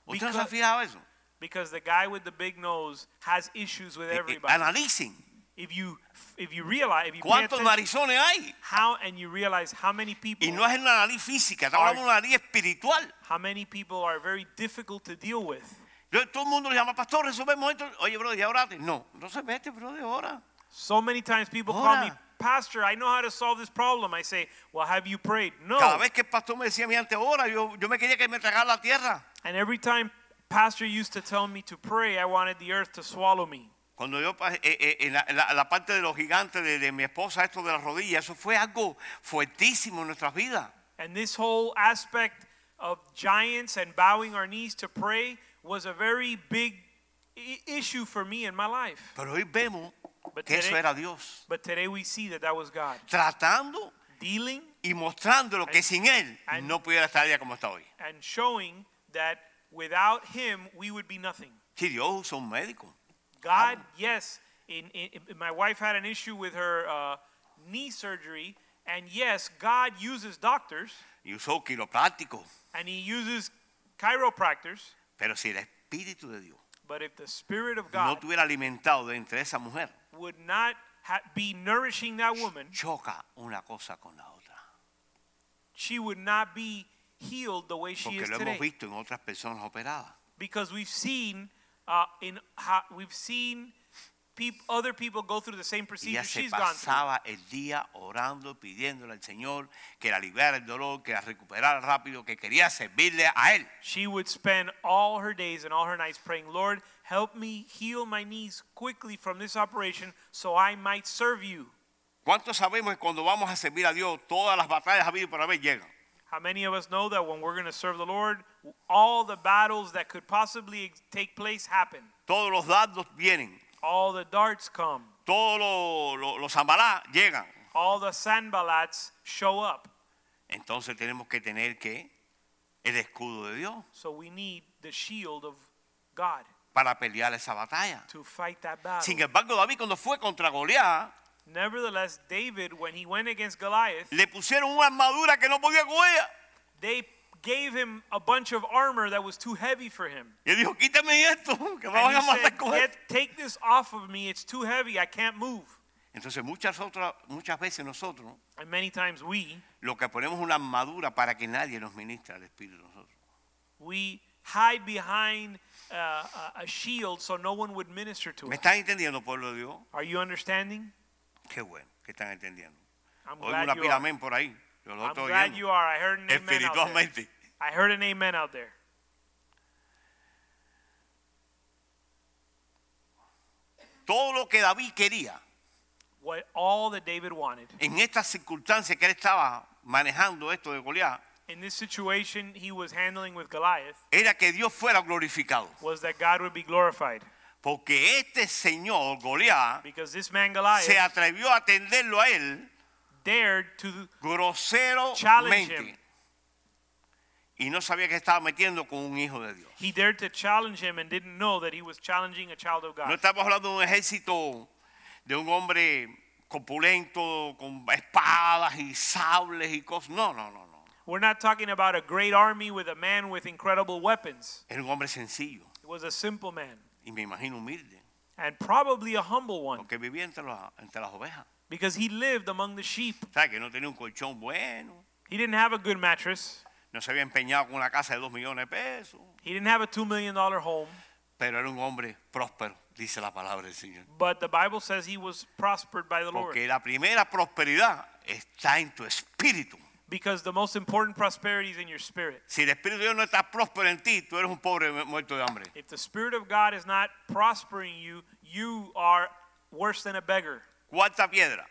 Speaker 1: ¿Ustedes no se
Speaker 2: Because-
Speaker 1: han fijado eso?
Speaker 2: Because the guy with the big nose has issues with
Speaker 1: Eh, eh,
Speaker 2: everybody.
Speaker 1: analicen
Speaker 2: If you if you realize if you pay
Speaker 1: cuántos
Speaker 2: attention,
Speaker 1: narizones hay.
Speaker 2: how and you realize how many people
Speaker 1: Y no es una nariz física, estamos hablando de una nariz espiritual.
Speaker 2: how many people are very difficult to deal with.
Speaker 1: Yo- todo el mundo le llama, pastor, resolvemos esto. Oye, brother, ya oraste. No, no se mete, brother, ora.
Speaker 2: So many times people call me,
Speaker 1: Ora.
Speaker 2: Pastor, I know how to solve this problem. I say, Well, have you prayed?
Speaker 1: Cada
Speaker 2: No.
Speaker 1: vez que el pastor me decía a mí antes, ora, yo, yo me quería que me tragara la tierra.
Speaker 2: And every time Pastor used to tell me to pray, I wanted the earth to swallow me.
Speaker 1: Cuando yo, pa- eh, eh, en, la, en la- la parte de los gigantes de, de mi esposa, esto de las rodillas, eso fue algo fuertísimo en nuestras vidas.
Speaker 2: And this whole aspect of giants and bowing our knees to pray was a very big i- issue for me in my life.
Speaker 1: Pero hoy vemos
Speaker 2: But
Speaker 1: que eso
Speaker 2: today-
Speaker 1: era Dios.
Speaker 2: But today we see that that was God
Speaker 1: Tratando
Speaker 2: dealing
Speaker 1: y mostrando lo que
Speaker 2: And-
Speaker 1: sin Él
Speaker 2: and-
Speaker 1: no pudiera estar ya como está hoy.
Speaker 2: and showing that without Him we would be nothing.
Speaker 1: Si Dios usó un médico.
Speaker 2: God, yes. In, in, in- my wife had an issue with her uh, knee surgery, And yes, God uses doctors
Speaker 1: y usó quiropráctico.
Speaker 2: and He uses chiropractors,
Speaker 1: Pero si el Espíritu de Dios
Speaker 2: but if the Spirit of
Speaker 1: no
Speaker 2: God
Speaker 1: tuviera alimentado de entre esa mujer,
Speaker 2: would not ha- be nourishing that woman,
Speaker 1: choca una cosa con la otra.
Speaker 2: she would not be healed the way she
Speaker 1: Porque
Speaker 2: is
Speaker 1: lo hemos
Speaker 2: today.
Speaker 1: visto en otras personas operadas.
Speaker 2: Because we've seen uh, in how, we've seen peop, other people go through the same procedure
Speaker 1: Ella se
Speaker 2: she's gone through.
Speaker 1: pasaba el día orando, pidiéndole al Señor que la liberara del dolor, que la recuperara rápido, que quería servirle a Él.
Speaker 2: She would spend all her days and all her nights praying, Lord, help me heal my knees quickly from this operation so I might serve you.
Speaker 1: ¿Cuántos sabemos que cuando vamos a servir a Dios, todas las batallas habidas por haber llegan?
Speaker 2: How many of us know that when we're going to serve the Lord, all the battles that could possibly ex- take place happen?
Speaker 1: Todos los dardos vienen,
Speaker 2: All the darts come,
Speaker 1: todos los, los, los zambalá llegan.
Speaker 2: all the sandbalats show up.
Speaker 1: Entonces tenemos que tener que el escudo de Dios
Speaker 2: So we need the shield of God
Speaker 1: para pelear esa batalla.
Speaker 2: to fight that battle.
Speaker 1: Sin embargo, David cuando fue contra Goliat,
Speaker 2: Nevertheless, David, when he went against Goliath,
Speaker 1: le pusieron una armadura que no podía con ella.
Speaker 2: they gave him a bunch of armor that was too heavy for him.
Speaker 1: Y él dijo, quítame esto, que me van
Speaker 2: And
Speaker 1: a
Speaker 2: he said,
Speaker 1: matar con esto.
Speaker 2: "Get- take this off of me. It's too heavy. I can't move.
Speaker 1: Entonces muchas, otras, muchas veces nosotros
Speaker 2: And many times we,
Speaker 1: lo que ponemos es una armadura para que nadie nos ministre al Espíritu de nosotros.
Speaker 2: we hide behind uh, a- a shield so no one would minister to
Speaker 1: ¿Me
Speaker 2: us.
Speaker 1: están entendiendo, pueblo de Dios?
Speaker 2: Are you understanding?
Speaker 1: Qué bueno que están entendiendo.
Speaker 2: I'm
Speaker 1: Oigo Oh, una
Speaker 2: glad you
Speaker 1: pila
Speaker 2: are.
Speaker 1: amén por ahí. Yo lo
Speaker 2: I'm
Speaker 1: estoy
Speaker 2: glad you
Speaker 1: oyendo.
Speaker 2: are. I heard an amen out there.
Speaker 1: Espiritualmente.
Speaker 2: I heard an amen out there.
Speaker 1: Todo lo que David quería
Speaker 2: What all that David wanted.
Speaker 1: en estas circunstancias que él estaba manejando esto de Goliat
Speaker 2: In this situation he was handling with Goliath
Speaker 1: era que Dios fuera glorificado.
Speaker 2: was that God would be glorified.
Speaker 1: Porque este señor Goliat
Speaker 2: Because this man Goliath
Speaker 1: se atrevió a atenderlo a él
Speaker 2: dared to Challenge
Speaker 1: groseramente.
Speaker 2: him.
Speaker 1: Y no sabía que estaba metiendo con un hijo de Dios.
Speaker 2: he dared to challenge him and didn't know that he was challenging a child of God.
Speaker 1: No estamos hablando de un ejército de un hombre corpulento con espadas y sables y cosas. No, no, no, no.
Speaker 2: We're not talking about a great army with a man with incredible weapons.
Speaker 1: Era un hombre sencillo
Speaker 2: It was a simple man
Speaker 1: y me imagino humilde,
Speaker 2: and probably a humble one
Speaker 1: porque vivía entre, las- entre las ovejas.
Speaker 2: because he lived among the sheep.
Speaker 1: ¿Sabes? Que no tenía un colchón bueno,
Speaker 2: He didn't have a good mattress.
Speaker 1: no se había empeñado con una casa de dos millones de pesos,
Speaker 2: He didn't have a 2 million dollar home,
Speaker 1: pero era un hombre próspero, dice la palabra del Señor.
Speaker 2: but the Bible says he was prospered by the Lord
Speaker 1: Porque la primera prosperidad está en tu espíritu.
Speaker 2: because the most important prosperity is in your spirit.
Speaker 1: Si el espíritu de Dios no está próspero en ti, tú eres un pobre mu- muerto de hambre.
Speaker 2: If the spirit of God is not prospering you, you are worse than a beggar.
Speaker 1: Cuarta piedra,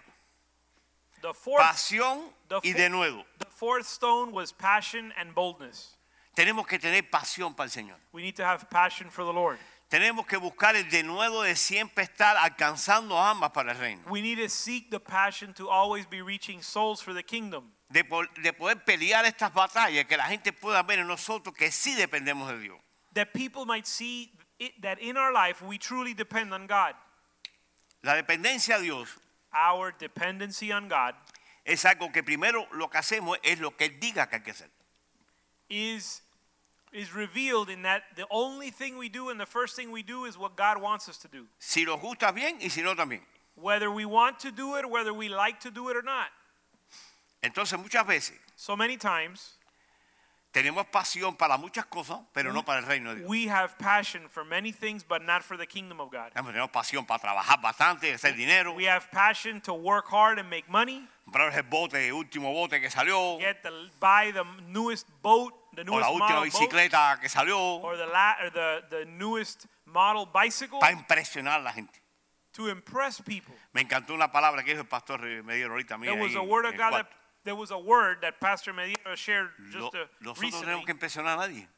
Speaker 2: The fourth
Speaker 1: pasión
Speaker 2: the
Speaker 1: y
Speaker 2: fo-
Speaker 1: de nuevo.
Speaker 2: the fourth stone was passion and boldness.
Speaker 1: Tenemos que tener pasión para el Señor.
Speaker 2: We need to have passion for the Lord.
Speaker 1: Tenemos que buscar el denuedo de siempre estar alcanzando ambas para el reino.
Speaker 2: We need to seek the passion to always be reaching souls for the kingdom,
Speaker 1: De, po- de poder pelear estas batallas, que la gente pueda ver en nosotros que sí dependemos de Dios.
Speaker 2: that people might see it, that in our life we truly depend on God.
Speaker 1: La dependencia a Dios
Speaker 2: Our dependency on God
Speaker 1: es algo que primero lo que hacemos es lo que Él diga que hay que hacer.
Speaker 2: is is revealed in that the only thing we do and the first thing we do is what God wants us to do,
Speaker 1: Si lo gusta bien y si no también.
Speaker 2: whether we want to do it, whether we like to do it or not.
Speaker 1: Entonces muchas veces
Speaker 2: So many times
Speaker 1: tenemos pasión para muchas cosas, pero no para el reino de Dios.
Speaker 2: we have passion for many things, but not for the kingdom of God.
Speaker 1: Tenemos pasión para trabajar bastante, hacer dinero,
Speaker 2: We have passion to work hard and make money,
Speaker 1: comprar el bote, el último bote que salió,
Speaker 2: get the buy the newest boat, the
Speaker 1: o la
Speaker 2: newest
Speaker 1: última
Speaker 2: model boat,
Speaker 1: bicicleta que salió.
Speaker 2: or the la, or the the newest model bicycle
Speaker 1: para impresionar a la gente.
Speaker 2: to impress people.
Speaker 1: Me encantó una palabra que dijo el pastor eh, me dieron ahorita. Mira,
Speaker 2: There was
Speaker 1: ahí
Speaker 2: a word
Speaker 1: en
Speaker 2: of
Speaker 1: el
Speaker 2: God that
Speaker 1: cuarto.
Speaker 2: there was a word that Pastor Medina shared
Speaker 1: Lo-
Speaker 2: just uh,
Speaker 1: nosotros no tenemos que
Speaker 2: recently.
Speaker 1: impresionar a nadie.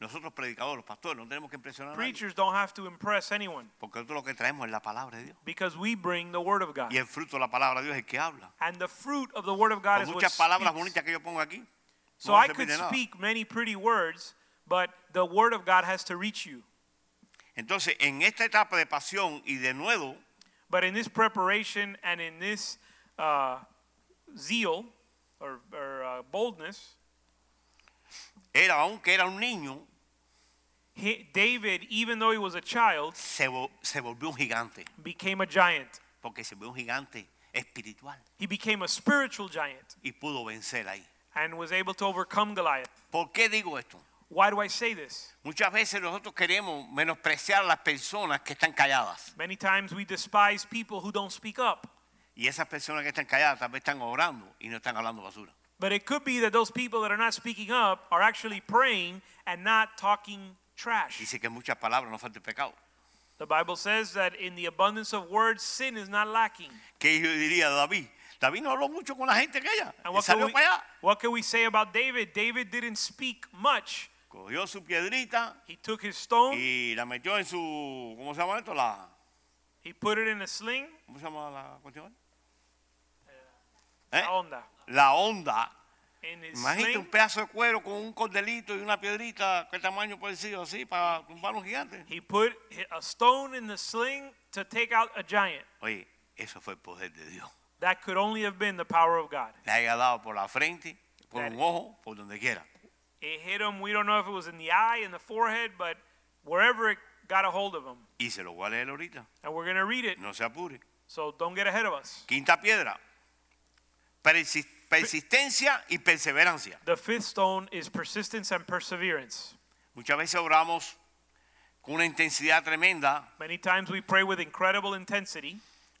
Speaker 1: Nosotros predicadores, los pastores, no tenemos que impresionar a nadie.
Speaker 2: Preachers don't have to impress anyone
Speaker 1: Porque nosotros lo que traemos es la palabra de Dios.
Speaker 2: because we bring the word of God.
Speaker 1: Y el fruto de la palabra de Dios es el que habla.
Speaker 2: And the fruit of the word of God
Speaker 1: Con
Speaker 2: is what
Speaker 1: muchas palabras
Speaker 2: speaks.
Speaker 1: bonitas que yo pongo aquí.
Speaker 2: So
Speaker 1: no va a
Speaker 2: I
Speaker 1: servir
Speaker 2: could
Speaker 1: de nada.
Speaker 2: speak many pretty words, but the word of God has to reach you.
Speaker 1: Entonces, en esta etapa de pasión y de nuevo,
Speaker 2: But in this preparation and in this uh, zeal or, or uh, boldness,
Speaker 1: Él, aunque era un niño,
Speaker 2: he, David, even though he was a child,
Speaker 1: se, vo- se volvió un gigante,
Speaker 2: became a giant.
Speaker 1: porque se volvió un gigante espiritual
Speaker 2: He became a spiritual giant
Speaker 1: y pudo vencer ahí.
Speaker 2: and was able to overcome Goliath.
Speaker 1: ¿Por qué digo esto?
Speaker 2: Why do I say this?
Speaker 1: Muchas veces nosotros queremos menospreciar a las personas que están calladas.
Speaker 2: Many times we despise people who don't speak up.
Speaker 1: Y esas personas que están calladas tal vez están orando y no están hablando basura.
Speaker 2: But it could be that those people that are not speaking up are actually praying and not talking trash.
Speaker 1: Dice que muchas palabras no falta el pecado.
Speaker 2: The Bible says that in the abundance of words, sin is not lacking.
Speaker 1: ¿Qué yo diría de David? David no habló mucho con la gente que ella.
Speaker 2: And what can,
Speaker 1: salió
Speaker 2: we,
Speaker 1: para allá.
Speaker 2: what can we say about David? David didn't speak much.
Speaker 1: Cogió su piedrita
Speaker 2: He took his stone,
Speaker 1: y la metió en su. ¿Cómo se llama esto? La,
Speaker 2: he put it in a sling.
Speaker 1: ¿Cómo se llama la cuestión? ¿Eh?
Speaker 2: La onda.
Speaker 1: La onda.
Speaker 2: In his
Speaker 1: Imagínate
Speaker 2: sling,
Speaker 1: un pedazo de cuero con un cordelito y una piedrita. ¿Qué tamaño puede ser así para tumbar un gigante?
Speaker 2: he put a stone in the sling to take out a giant.
Speaker 1: Oye, eso fue el poder de Dios.
Speaker 2: That could only have been the power of God.
Speaker 1: Le haya dado por la frente, por
Speaker 2: Dale.
Speaker 1: un ojo, por donde quiera.
Speaker 2: It hit him. We don't know if it was in the eye, in the forehead, but wherever it got a hold of him.
Speaker 1: Y se lo voy a leer ahorita.
Speaker 2: And we're going to read it.
Speaker 1: No se apure.
Speaker 2: So don't get ahead of us.
Speaker 1: Quinta piedra. Persi- persistencia y perseverancia.
Speaker 2: The fifth stone is persistence and perseverance.
Speaker 1: Muchas veces oramos con una intensidad tremenda
Speaker 2: Many times we pray with incredible intensity,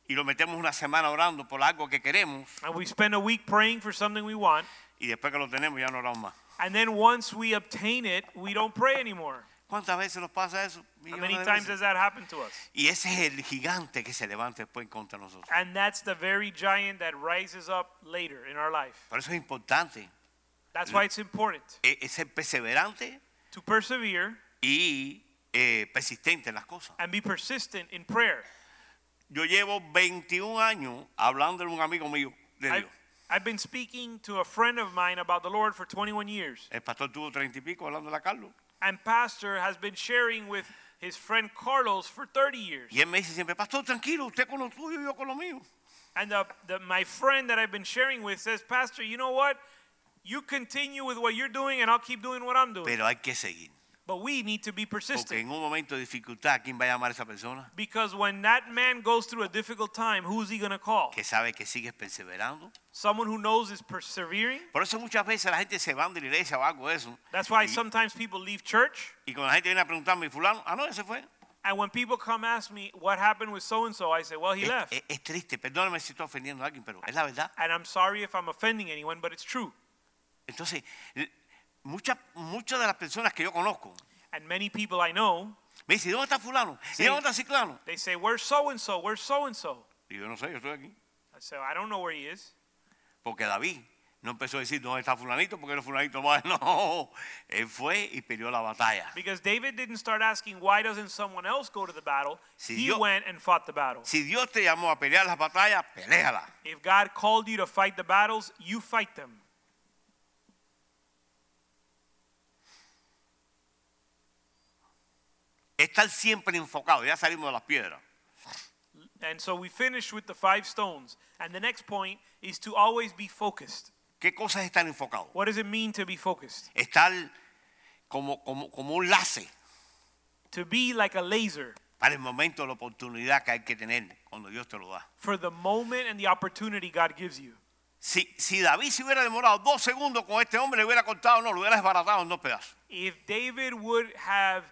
Speaker 1: y lo metemos una semana orando por algo que queremos
Speaker 2: and we spend a week praying for something we want,
Speaker 1: y después que lo tenemos ya no oramos más.
Speaker 2: and then once we obtain it, we don't pray anymore.
Speaker 1: ¿Cuántas veces nos pasa eso?
Speaker 2: How
Speaker 1: Millones
Speaker 2: many
Speaker 1: de
Speaker 2: times
Speaker 1: veces.
Speaker 2: has that happened to us?
Speaker 1: Y ese es el gigante que se levanta después contra nosotros.
Speaker 2: And that's the very giant that rises up later in our life.
Speaker 1: Por eso es importante
Speaker 2: That's why it's important
Speaker 1: eh, es ser perseverante
Speaker 2: to persevere
Speaker 1: y eh, persistente en las cosas.
Speaker 2: and be persistent in prayer.
Speaker 1: Yo llevo 21 años hablando de un amigo mío de
Speaker 2: I've,
Speaker 1: Dios.
Speaker 2: I've been speaking to a friend of mine about the Lord for 21 years.
Speaker 1: El pastor tuvo 30 y pico hablando a Carlos.
Speaker 2: and pastor has been sharing with his friend Carlos for 30 years.
Speaker 1: Y él me dice siempre, pastor, tranquilo, usted con lo suyo y yo con lo mío.
Speaker 2: And the, the, my friend that I've been sharing with says, Pastor, you know what? You continue with what you're doing, and I'll keep doing what I'm doing.
Speaker 1: Pero hay que seguir.
Speaker 2: but we need to be
Speaker 1: Porque
Speaker 2: persistent.
Speaker 1: en un momento de dificultad, ¿quién va a llamar a esa persona?
Speaker 2: Because when that man goes through a difficult time, who's he going to call?
Speaker 1: Que sabe que sigues perseverando.
Speaker 2: Someone who knows is persevering.
Speaker 1: Por eso muchas veces la gente se van de la iglesia o algo de eso.
Speaker 2: That's why
Speaker 1: y,
Speaker 2: sometimes people leave church.
Speaker 1: y cuando la gente viene a preguntarme, fulano, ah, no, ese fue.
Speaker 2: And when people come ask me what happened with so and so, I say, Well, he
Speaker 1: Es,
Speaker 2: left.
Speaker 1: es- es triste, perdóname si estoy ofendiendo a alguien, pero es la verdad.
Speaker 2: and I'm sorry if I'm offending anyone, but it's true.
Speaker 1: Entonces, l- muchas muchas de las personas que yo conozco
Speaker 2: And many people I know
Speaker 1: me dicen, ¿dónde está fulano?
Speaker 2: Sí.
Speaker 1: ¿Y dónde está ciclano?
Speaker 2: They say, Where's so and so? Where's so and so?
Speaker 1: Y yo no sé, yo estoy aquí.
Speaker 2: I say, I don't know where he is.
Speaker 1: Porque David no empezó a decir, ¿dónde está fulanito? Porque era fulanito más. No, él fue y peleó la batalla.
Speaker 2: Because David didn't start asking, Why doesn't someone else go to the battle?
Speaker 1: Si
Speaker 2: he
Speaker 1: Dios-
Speaker 2: went and fought the battle.
Speaker 1: Si Dios te llamó a pelear las batallas, peléala.
Speaker 2: If God called you to fight the battles, you fight them.
Speaker 1: Estar siempre enfocado. Ya salimos de las piedras.
Speaker 2: And so we finish with the five stones. And the next point is to always be focused.
Speaker 1: ¿Qué cosas están enfocados?
Speaker 2: What does it mean to be focused?
Speaker 1: Estar como, como, como un lace
Speaker 2: To be like a laser
Speaker 1: para el momento de la oportunidad que hay que tener cuando Dios te lo da.
Speaker 2: for the moment and the opportunity God gives you.
Speaker 1: Si, si David se hubiera demorado dos segundos con este hombre, le hubiera cortado, no, lo hubiera desbaratado en dos pedazos.
Speaker 2: If David would have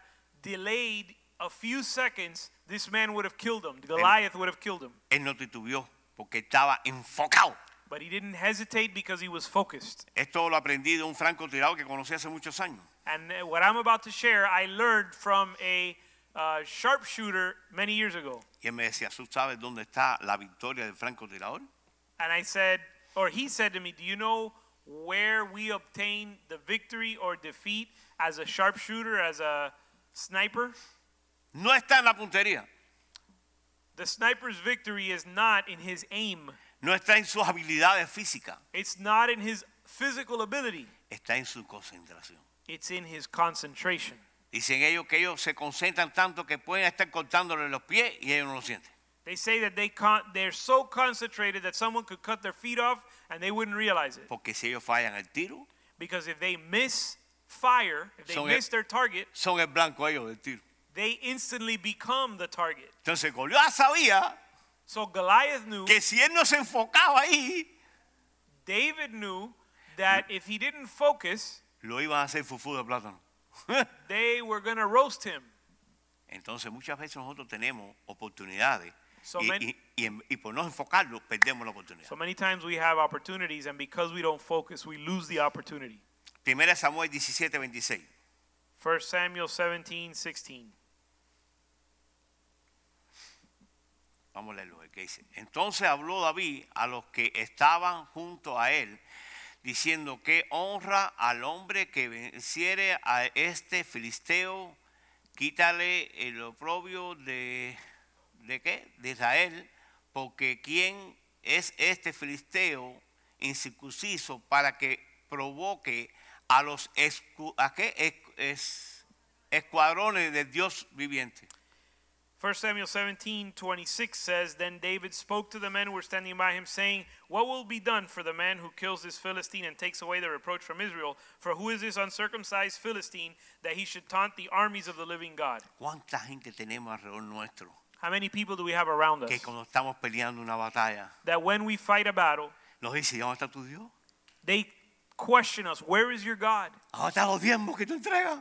Speaker 2: delayed a few seconds, this man would have killed him. Goliath would have killed him.
Speaker 1: Él no titubeó porque estaba enfocado.
Speaker 2: But he didn't hesitate because he was focused.
Speaker 1: Esto lo aprendí de un francotirador que conocí hace muchos años.
Speaker 2: And uh, what I'm about to share, I learned from a uh, sharpshooter many years ago.
Speaker 1: Y él me decía, ¿tú sabes dónde está la victoria del francotirador?
Speaker 2: And I said, or he said to me, Do you know where we obtain the victory or defeat as a sharpshooter, as a sniper?
Speaker 1: No está en la puntería,
Speaker 2: The sniper's victory is not in his aim,
Speaker 1: no está en sus habilidades físicas,
Speaker 2: it's not in his physical ability,
Speaker 1: está en su concentración.
Speaker 2: it's in his concentration.
Speaker 1: Dicen ellos que ellos se concentran tanto que pueden estar cortándole los pies y ellos no lo sienten.
Speaker 2: They say that they con- they're so concentrated that someone could cut their feet off and they wouldn't realize it.
Speaker 1: Porque si ellos fallan el tiro,
Speaker 2: Because if they miss fire, if they
Speaker 1: So it-
Speaker 2: miss their target,
Speaker 1: son el blanco ellos del tiro.
Speaker 2: they instantly become the target.
Speaker 1: Entonces Goliat sabía
Speaker 2: So Goliath knew,
Speaker 1: que si él no se enfocaba ahí,
Speaker 2: David knew that if he didn't focus,
Speaker 1: lo iban a hacer fufú de plátano.
Speaker 2: they were going to roast him.
Speaker 1: Entonces muchas veces nosotros tenemos oportunidades
Speaker 2: So
Speaker 1: y,
Speaker 2: many-
Speaker 1: y- y en- y por no enfocarlo perdemos la oportunidad.
Speaker 2: So many times we have opportunities, and because we don't focus, we lose the opportunity.
Speaker 1: Primera Samuel 17, 26.
Speaker 2: 1 Samuel 17, 16.
Speaker 1: Vamos a leer lo que dice. Entonces habló David a los que estaban junto a él, diciendo que honra al hombre que venciere a este filisteo, quítale el oprobio de, de qué? De Israel, porque quién es este filisteo incircunciso para que provoque a los escu- a qué? Es- es- escuadrones del Dios viviente.
Speaker 2: 1 Samuel 17, 26 says, Then David spoke to the men who were standing by him, saying, What will be done for the man who kills this Philistine and takes away the reproach from Israel? For who is this uncircumcised Philistine that he should taunt the armies of the living God?
Speaker 1: ¿Cuánta gente tenemos alrededor nuestro?
Speaker 2: How many people do we have around us
Speaker 1: que cuando estamos peleando una batalla,
Speaker 2: that when we fight a battle,
Speaker 1: nos dice, ¿y dónde está tu Dios?
Speaker 2: they question us, Where is your God?
Speaker 1: ¿Dónde están los diezmos que tú entregas?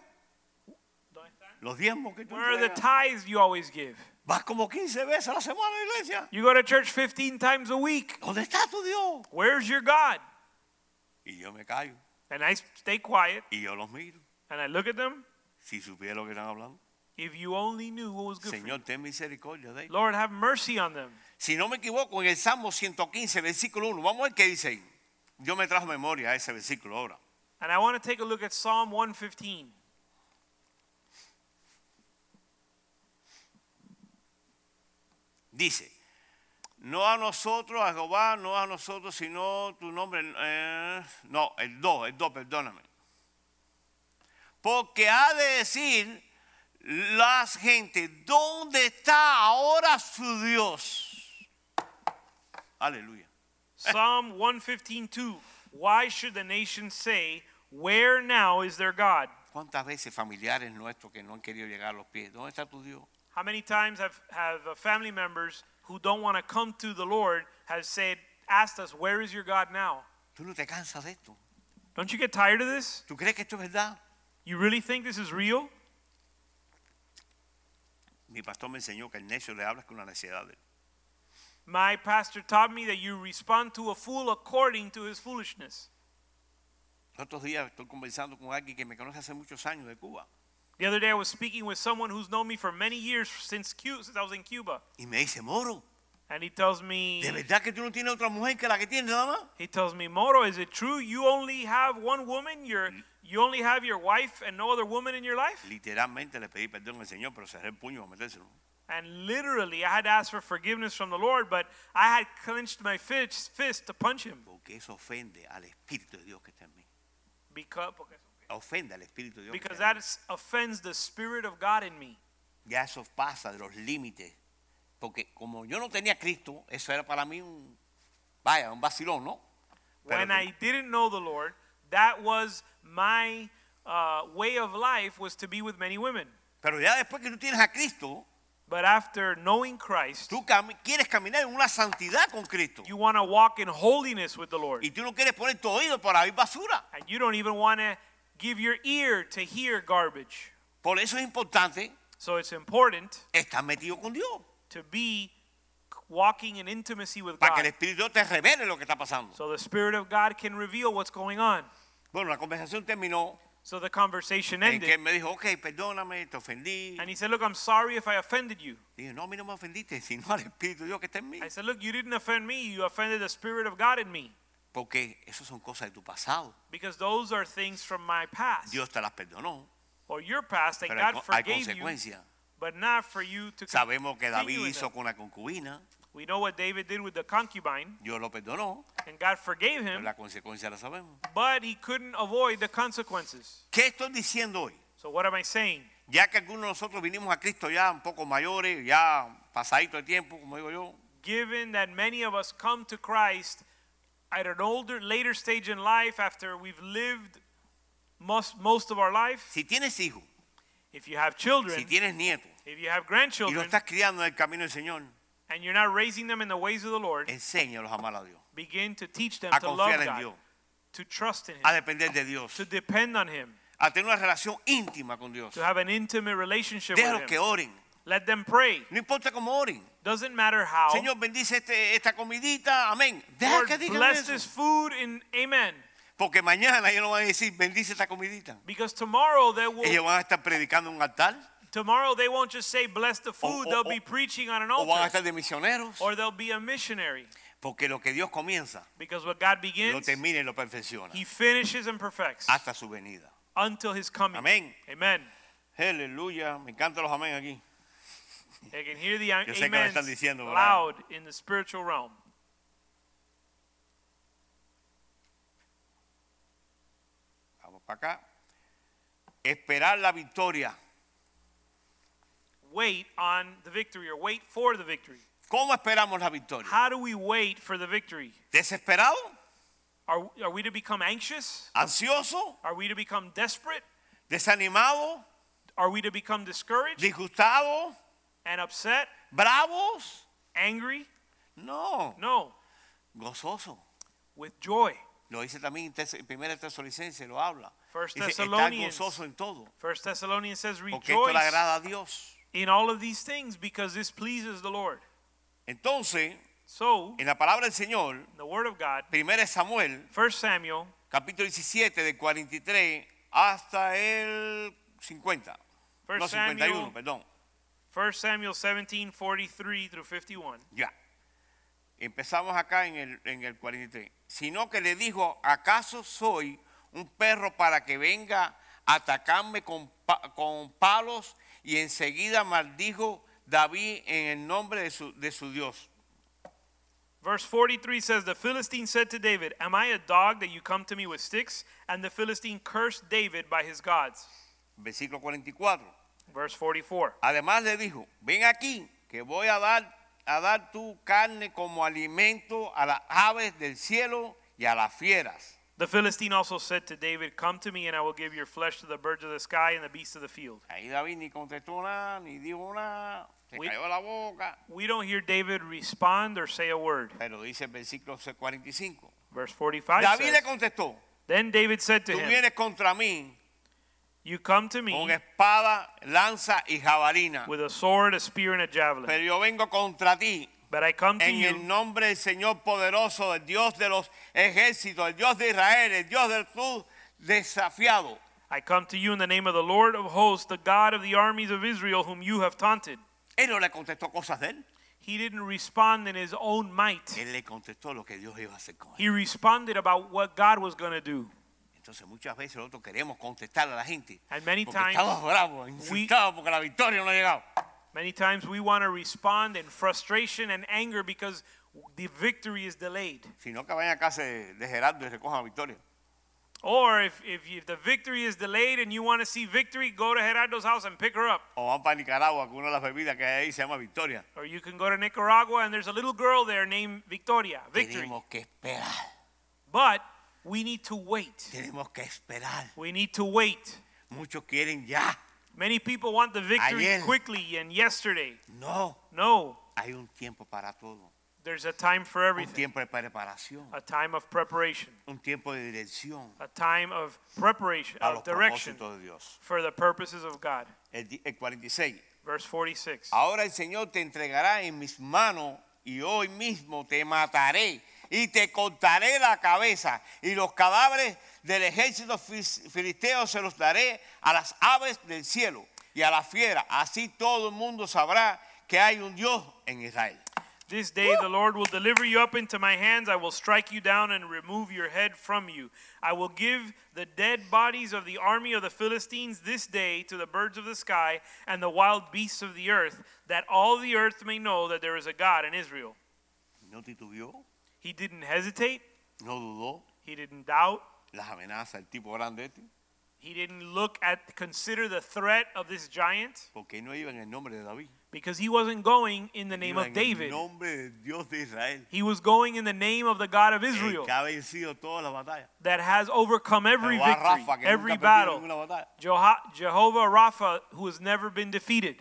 Speaker 1: Los diezmos que tú
Speaker 2: Where are the
Speaker 1: entregas.
Speaker 2: tithes you always give?
Speaker 1: Vas como 15 veces a la semana a la iglesia.
Speaker 2: You go to church 15 times a week.
Speaker 1: ¿Dónde está tu Dios?
Speaker 2: Where's your God?
Speaker 1: Y yo me callo
Speaker 2: And I stay quiet
Speaker 1: y yo los miro.
Speaker 2: and I look at them.
Speaker 1: Si supiera lo que están hablando.
Speaker 2: If you only knew what was good for you.
Speaker 1: Señor, ten misericordia de ellos.
Speaker 2: Lord, have mercy on them.
Speaker 1: Si no me equivoco, en el Salmo 115, versículo 1, vamos a ver qué dice ahí. Yo me trajo memoria a ese versículo ahora.
Speaker 2: And I want to take a look at Psalm 115.
Speaker 1: Dice, no a nosotros, a Jehová, no a nosotros, sino tu nombre. eh, no, el 2, el 2, perdóname. Porque ha de decir las gentes, ¿dónde está ahora su Dios? Aleluya.
Speaker 2: Psalm 115:2. Why should the nations say, "Where now is their God?"
Speaker 1: ¿Cuántas veces familiares nuestros que no han querido llegar a los pies? ¿Dónde está tu Dios?
Speaker 2: How many times have have uh, family members who don't want to come to the Lord have said, asked us, "Where is your God now?"
Speaker 1: Tú no te cansas de esto.
Speaker 2: Don't you get tired of this?
Speaker 1: ¿Tú crees que esto es verdad?
Speaker 2: You really think this is real?
Speaker 1: Mi pastor me enseñó que el necio le hablas con una necesidad de él.
Speaker 2: My pastor taught me that you respond to a fool according to his foolishness.
Speaker 1: Los otros días estoy conversando con alguien que me conoce hace muchos años de Cuba.
Speaker 2: The other day I was speaking with someone who's known me for many years since Cu- since I was in Cuba,
Speaker 1: Y me dice, Moro,
Speaker 2: and he tells me
Speaker 1: ¿de verdad que tú no tienes otra mujer que la que tienes nada más?
Speaker 2: He tells me, Moro, is it true you only have one woman? You're, you only have your wife and no other woman in your life?
Speaker 1: Literalmente le pedí perdón al Señor, pero cerré el puño para metérselo.
Speaker 2: And literally, I had asked for forgiveness from the Lord, but I had clenched my fist, fist to punch him.
Speaker 1: Porque eso ofende al Espíritu de Dios que está en mí.
Speaker 2: Because,
Speaker 1: Ofende al Espíritu de Dios. que
Speaker 2: because
Speaker 1: está en
Speaker 2: that
Speaker 1: mí.
Speaker 2: is, offends the Spirit of God in me.
Speaker 1: Ya eso pasa de los límites. Porque como yo no tenía a Cristo, eso era para mí un, vaya, un vacilón, ¿no? Pero
Speaker 2: When
Speaker 1: como-
Speaker 2: I didn't know the Lord, that was my uh, way of life was to be with many women.
Speaker 1: pero ya después que tú tienes a Cristo,
Speaker 2: But after knowing Christ,
Speaker 1: tú cami- quieres caminar en una santidad con Cristo.
Speaker 2: you want to walk in holiness with the Lord.
Speaker 1: Y tú no quieres poner tu oído para oír basura.
Speaker 2: and you don't even want to give your ear to hear garbage.
Speaker 1: Por eso es importante
Speaker 2: So it's important
Speaker 1: estar metido con Dios.
Speaker 2: to be walking in intimacy with
Speaker 1: Para que el
Speaker 2: God.
Speaker 1: Espíritu de Dios te revele lo que está pasando.
Speaker 2: So the Spirit of God can reveal what's going on.
Speaker 1: Bueno, la conversación terminó
Speaker 2: So the conversation
Speaker 1: en que
Speaker 2: ended.
Speaker 1: él me dijo, ok, perdóname, te ofendí.
Speaker 2: And he said, Look, I'm sorry if I offended you.
Speaker 1: Dije, no, a mí no me ofendiste, sino al Espíritu de Dios que está en mí.
Speaker 2: I said, Look, you didn't offend me. You offended the Spirit of God in me.
Speaker 1: Porque eso son cosas de tu pasado.
Speaker 2: Because those are things from my past
Speaker 1: Dios te las perdonó,
Speaker 2: or your past that
Speaker 1: pero hay,
Speaker 2: God
Speaker 1: co- hay
Speaker 2: forgave you,
Speaker 1: consecuencias.
Speaker 2: but not for you to
Speaker 1: Sabemos que
Speaker 2: continue
Speaker 1: David
Speaker 2: with
Speaker 1: hizo
Speaker 2: them.
Speaker 1: con la concubina,
Speaker 2: We know what David did with the concubine,
Speaker 1: Dios lo perdonó,
Speaker 2: and God forgave
Speaker 1: pero
Speaker 2: him.
Speaker 1: la consecuencia la sabemos.
Speaker 2: but he couldn't avoid the consequences.
Speaker 1: ¿Qué estoy diciendo hoy?
Speaker 2: So what am I saying?
Speaker 1: ya que algunos de nosotros vinimos a Cristo ya un poco mayores, ya pasadito de tiempo, como digo yo,
Speaker 2: Given that many of us come to Christ at an older, later stage in life after we've lived most, most of our life,
Speaker 1: si tienes hijos,
Speaker 2: if you have children,
Speaker 1: si tienes nietos
Speaker 2: if you have
Speaker 1: y lo
Speaker 2: grandchildren,
Speaker 1: estás criando en el camino del Señor,
Speaker 2: and you're not raising them in the ways of the Lord,
Speaker 1: enséñalos a amar a Dios,
Speaker 2: begin to teach them
Speaker 1: Eh, a
Speaker 2: to love
Speaker 1: confiar en
Speaker 2: God,
Speaker 1: Dios,
Speaker 2: to trust in Him,
Speaker 1: a depender de Dios,
Speaker 2: to depend on Him,
Speaker 1: a tener una relación íntima con Dios.
Speaker 2: to have an intimate relationship
Speaker 1: Déjalos
Speaker 2: with
Speaker 1: que
Speaker 2: Him.
Speaker 1: oren,
Speaker 2: Let them pray.
Speaker 1: no importa cómo oren.
Speaker 2: Doesn't matter how.
Speaker 1: Señor, bendice este- esta comidita, amén. Deja
Speaker 2: Lord,
Speaker 1: que digan
Speaker 2: bless
Speaker 1: eso.
Speaker 2: this food in Amen.
Speaker 1: Porque mañana ellos no van a decir, bendice esta comidita.
Speaker 2: Because tomorrow they will.
Speaker 1: Ellos van a estar predicando en un altar,
Speaker 2: Tomorrow they won't just say bless the
Speaker 1: O-
Speaker 2: food.
Speaker 1: o-
Speaker 2: they'll
Speaker 1: o-
Speaker 2: be preaching on an
Speaker 1: o van a
Speaker 2: altar,
Speaker 1: estar de misioneros.
Speaker 2: or they'll be a missionary.
Speaker 1: Porque lo que Dios comienza,
Speaker 2: Because what God
Speaker 1: lo
Speaker 2: begins,
Speaker 1: termina y lo perfecciona.
Speaker 2: He finishes and perfects
Speaker 1: Hasta su venida.
Speaker 2: until His coming.
Speaker 1: Amén.
Speaker 2: Amen.
Speaker 1: Aleluya. Me encantan los amén aquí.
Speaker 2: I can hear the
Speaker 1: sé que lo
Speaker 2: amens
Speaker 1: están diciendo, ¿verdad?
Speaker 2: loud in the spiritual realm.
Speaker 1: Vamos para acá. Esperar la victoria.
Speaker 2: Wait on the victory, or wait for the victory.
Speaker 1: ¿Cómo esperamos la victoria?
Speaker 2: How do we wait for the victory?
Speaker 1: ¿Desesperado?
Speaker 2: Are, are we to become anxious?
Speaker 1: ¿Ansioso?
Speaker 2: Are we to become desperate?
Speaker 1: ¿Desanimado?
Speaker 2: Are we to become discouraged
Speaker 1: ¿Disgustado?
Speaker 2: and upset,
Speaker 1: ¿Bravos?
Speaker 2: angry?
Speaker 1: No.
Speaker 2: No,
Speaker 1: Gozoso.
Speaker 2: with joy.
Speaker 1: Lo dice también en Tes- en Primera Tesalonicense, lo habla.
Speaker 2: First
Speaker 1: Dice, estar
Speaker 2: Thessalonians.
Speaker 1: gozoso en todo,
Speaker 2: First Thessalonians says,
Speaker 1: porque esto le
Speaker 2: "Rejoice
Speaker 1: agrada a Dios.
Speaker 2: in all of these things, because this pleases the Lord."
Speaker 1: Entonces,
Speaker 2: So,
Speaker 1: en la palabra del Señor,
Speaker 2: in the Word of God,
Speaker 1: 1 Samuel,
Speaker 2: First Samuel
Speaker 1: capítulo 17, del 43 hasta el 50.
Speaker 2: First
Speaker 1: no, 51,
Speaker 2: Samuel.
Speaker 1: perdón.
Speaker 2: 1 Samuel 17, 43 through 51.
Speaker 1: Ya. Empezamos acá en el, en el 43. Sino que le dijo, ¿acaso soy un perro para que venga a atacarme con, pa- con palos? Y enseguida maldijo David en el nombre de su, de su Dios.
Speaker 2: Verse 43 says, The Philistine said to David, Am I a dog that you come to me with sticks? And the Philistine cursed David by his gods.
Speaker 1: Versículo 44.
Speaker 2: Verse 44.
Speaker 1: Además le dijo, ven aquí, que voy a dar, a dar tu carne como alimento a las aves del cielo y a las fieras.
Speaker 2: The Philistine also said to David, Come to me, and I will give your flesh to the birds of the sky and the beasts of the field.
Speaker 1: Ahí David ni contestó nada, ni dijo nada, se
Speaker 2: Oui.
Speaker 1: cayó la boca.
Speaker 2: We don't hear David respond or say a word.
Speaker 1: Pero dice el versículo 45.
Speaker 2: Verse 45
Speaker 1: David
Speaker 2: says,
Speaker 1: le contestó,
Speaker 2: Then David said to
Speaker 1: tú
Speaker 2: him,
Speaker 1: vienes contra mí
Speaker 2: You come to
Speaker 1: con
Speaker 2: me
Speaker 1: espada, lanza y jabalina,
Speaker 2: with a sword, a spear, and a javelin,
Speaker 1: pero yo vengo contra ti
Speaker 2: but I come to
Speaker 1: en
Speaker 2: you
Speaker 1: el nombre del Señor poderoso, el Dios de los ejércitos, el Dios de Israel, el Dios del tú desafiado.
Speaker 2: I come to you in the name of the Lord of hosts, the God of the armies of Israel, whom you have taunted.
Speaker 1: Él no le contestó cosas de él,
Speaker 2: He didn't respond in his own might.
Speaker 1: él le contestó lo que Dios iba a hacer con él.
Speaker 2: He responded about what God was going to do.
Speaker 1: Entonces muchas veces nosotros queremos contestar a la gente
Speaker 2: And many
Speaker 1: porque
Speaker 2: times
Speaker 1: estamos bravos, insultados porque la victoria no ha llegado.
Speaker 2: Many times we want to respond in frustration and anger because the victory is delayed.
Speaker 1: Sino que vayan a casa de, de Gerardo y recojan la victoria.
Speaker 2: Or if, if, you, if the victory is delayed and you want to see victory, go to Gerardo's house and pick her up.
Speaker 1: O van para Nicaragua, que una de las bebidas que hay ahí se llama Victoria.
Speaker 2: Or you can go to Nicaragua and there's a little girl there named Victoria. Victory.
Speaker 1: Tenemos que esperar,
Speaker 2: But we need to wait.
Speaker 1: tenemos que esperar.
Speaker 2: We need to wait.
Speaker 1: Muchos quieren ya.
Speaker 2: Many people want the victory
Speaker 1: Ayer.
Speaker 2: quickly and yesterday.
Speaker 1: No,
Speaker 2: No,
Speaker 1: hay un tiempo para todo.
Speaker 2: there's a time for
Speaker 1: Un
Speaker 2: everything.
Speaker 1: tiempo de preparación,
Speaker 2: A time of preparation.
Speaker 1: un tiempo de dirección
Speaker 2: A time of preparation,
Speaker 1: a los
Speaker 2: of direction
Speaker 1: propósitos de Dios.
Speaker 2: for the purposes of God.
Speaker 1: El, di- el 46.
Speaker 2: Verse 46.
Speaker 1: Ahora el Señor te entregará en mis manos y hoy mismo te mataré y te cortaré la cabeza y los cadáveres del ejército fis- filisteo se los daré a las aves del cielo y a la fiera. Así todo el mundo sabrá que hay un Dios en Israel.
Speaker 2: This day the Lord will deliver you up into my hands. I will strike you down and remove your head from you. I will give the dead bodies of the army of the Philistines this day to the birds of the sky and the wild beasts of the earth, that all the earth may know that there is a God in Israel.
Speaker 1: No titubeó,
Speaker 2: He didn't hesitate,
Speaker 1: no dudó
Speaker 2: he didn't doubt
Speaker 1: las amenazas, el tipo grande este.
Speaker 2: He didn't look at, consider the threat of this giant
Speaker 1: porque no iba en el nombre de David.
Speaker 2: because he wasn't going in the name
Speaker 1: iba
Speaker 2: of
Speaker 1: en
Speaker 2: David.
Speaker 1: el nombre de Dios de Israel.
Speaker 2: He was going in the name of the God of
Speaker 1: El
Speaker 2: Israel
Speaker 1: que ha vencido todas las batallas.
Speaker 2: that has overcome every
Speaker 1: Jehová
Speaker 2: victory,
Speaker 1: Rafa, que nunca
Speaker 2: every
Speaker 1: ha perdido
Speaker 2: battle.
Speaker 1: ninguna batalla.
Speaker 2: Jeho- Jehovah Rapha, who has never been defeated.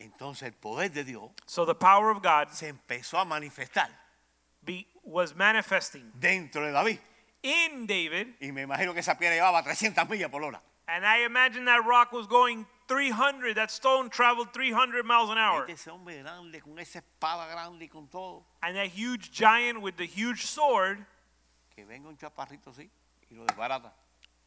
Speaker 1: Entonces el poder de Dios
Speaker 2: So the power of God
Speaker 1: se empezó a manifestar
Speaker 2: be, was manifesting
Speaker 1: dentro de David.
Speaker 2: in David,
Speaker 1: Y me imagino que esa piedra llevaba 300 millas por hora.
Speaker 2: and I imagine that rock was going 300, that stone traveled 300 miles an hour,
Speaker 1: Este ese hombre grande, con esa espada grande y con todo.
Speaker 2: and that huge giant with the huge sword,
Speaker 1: Que venga un chaparrito así y lo desbarata.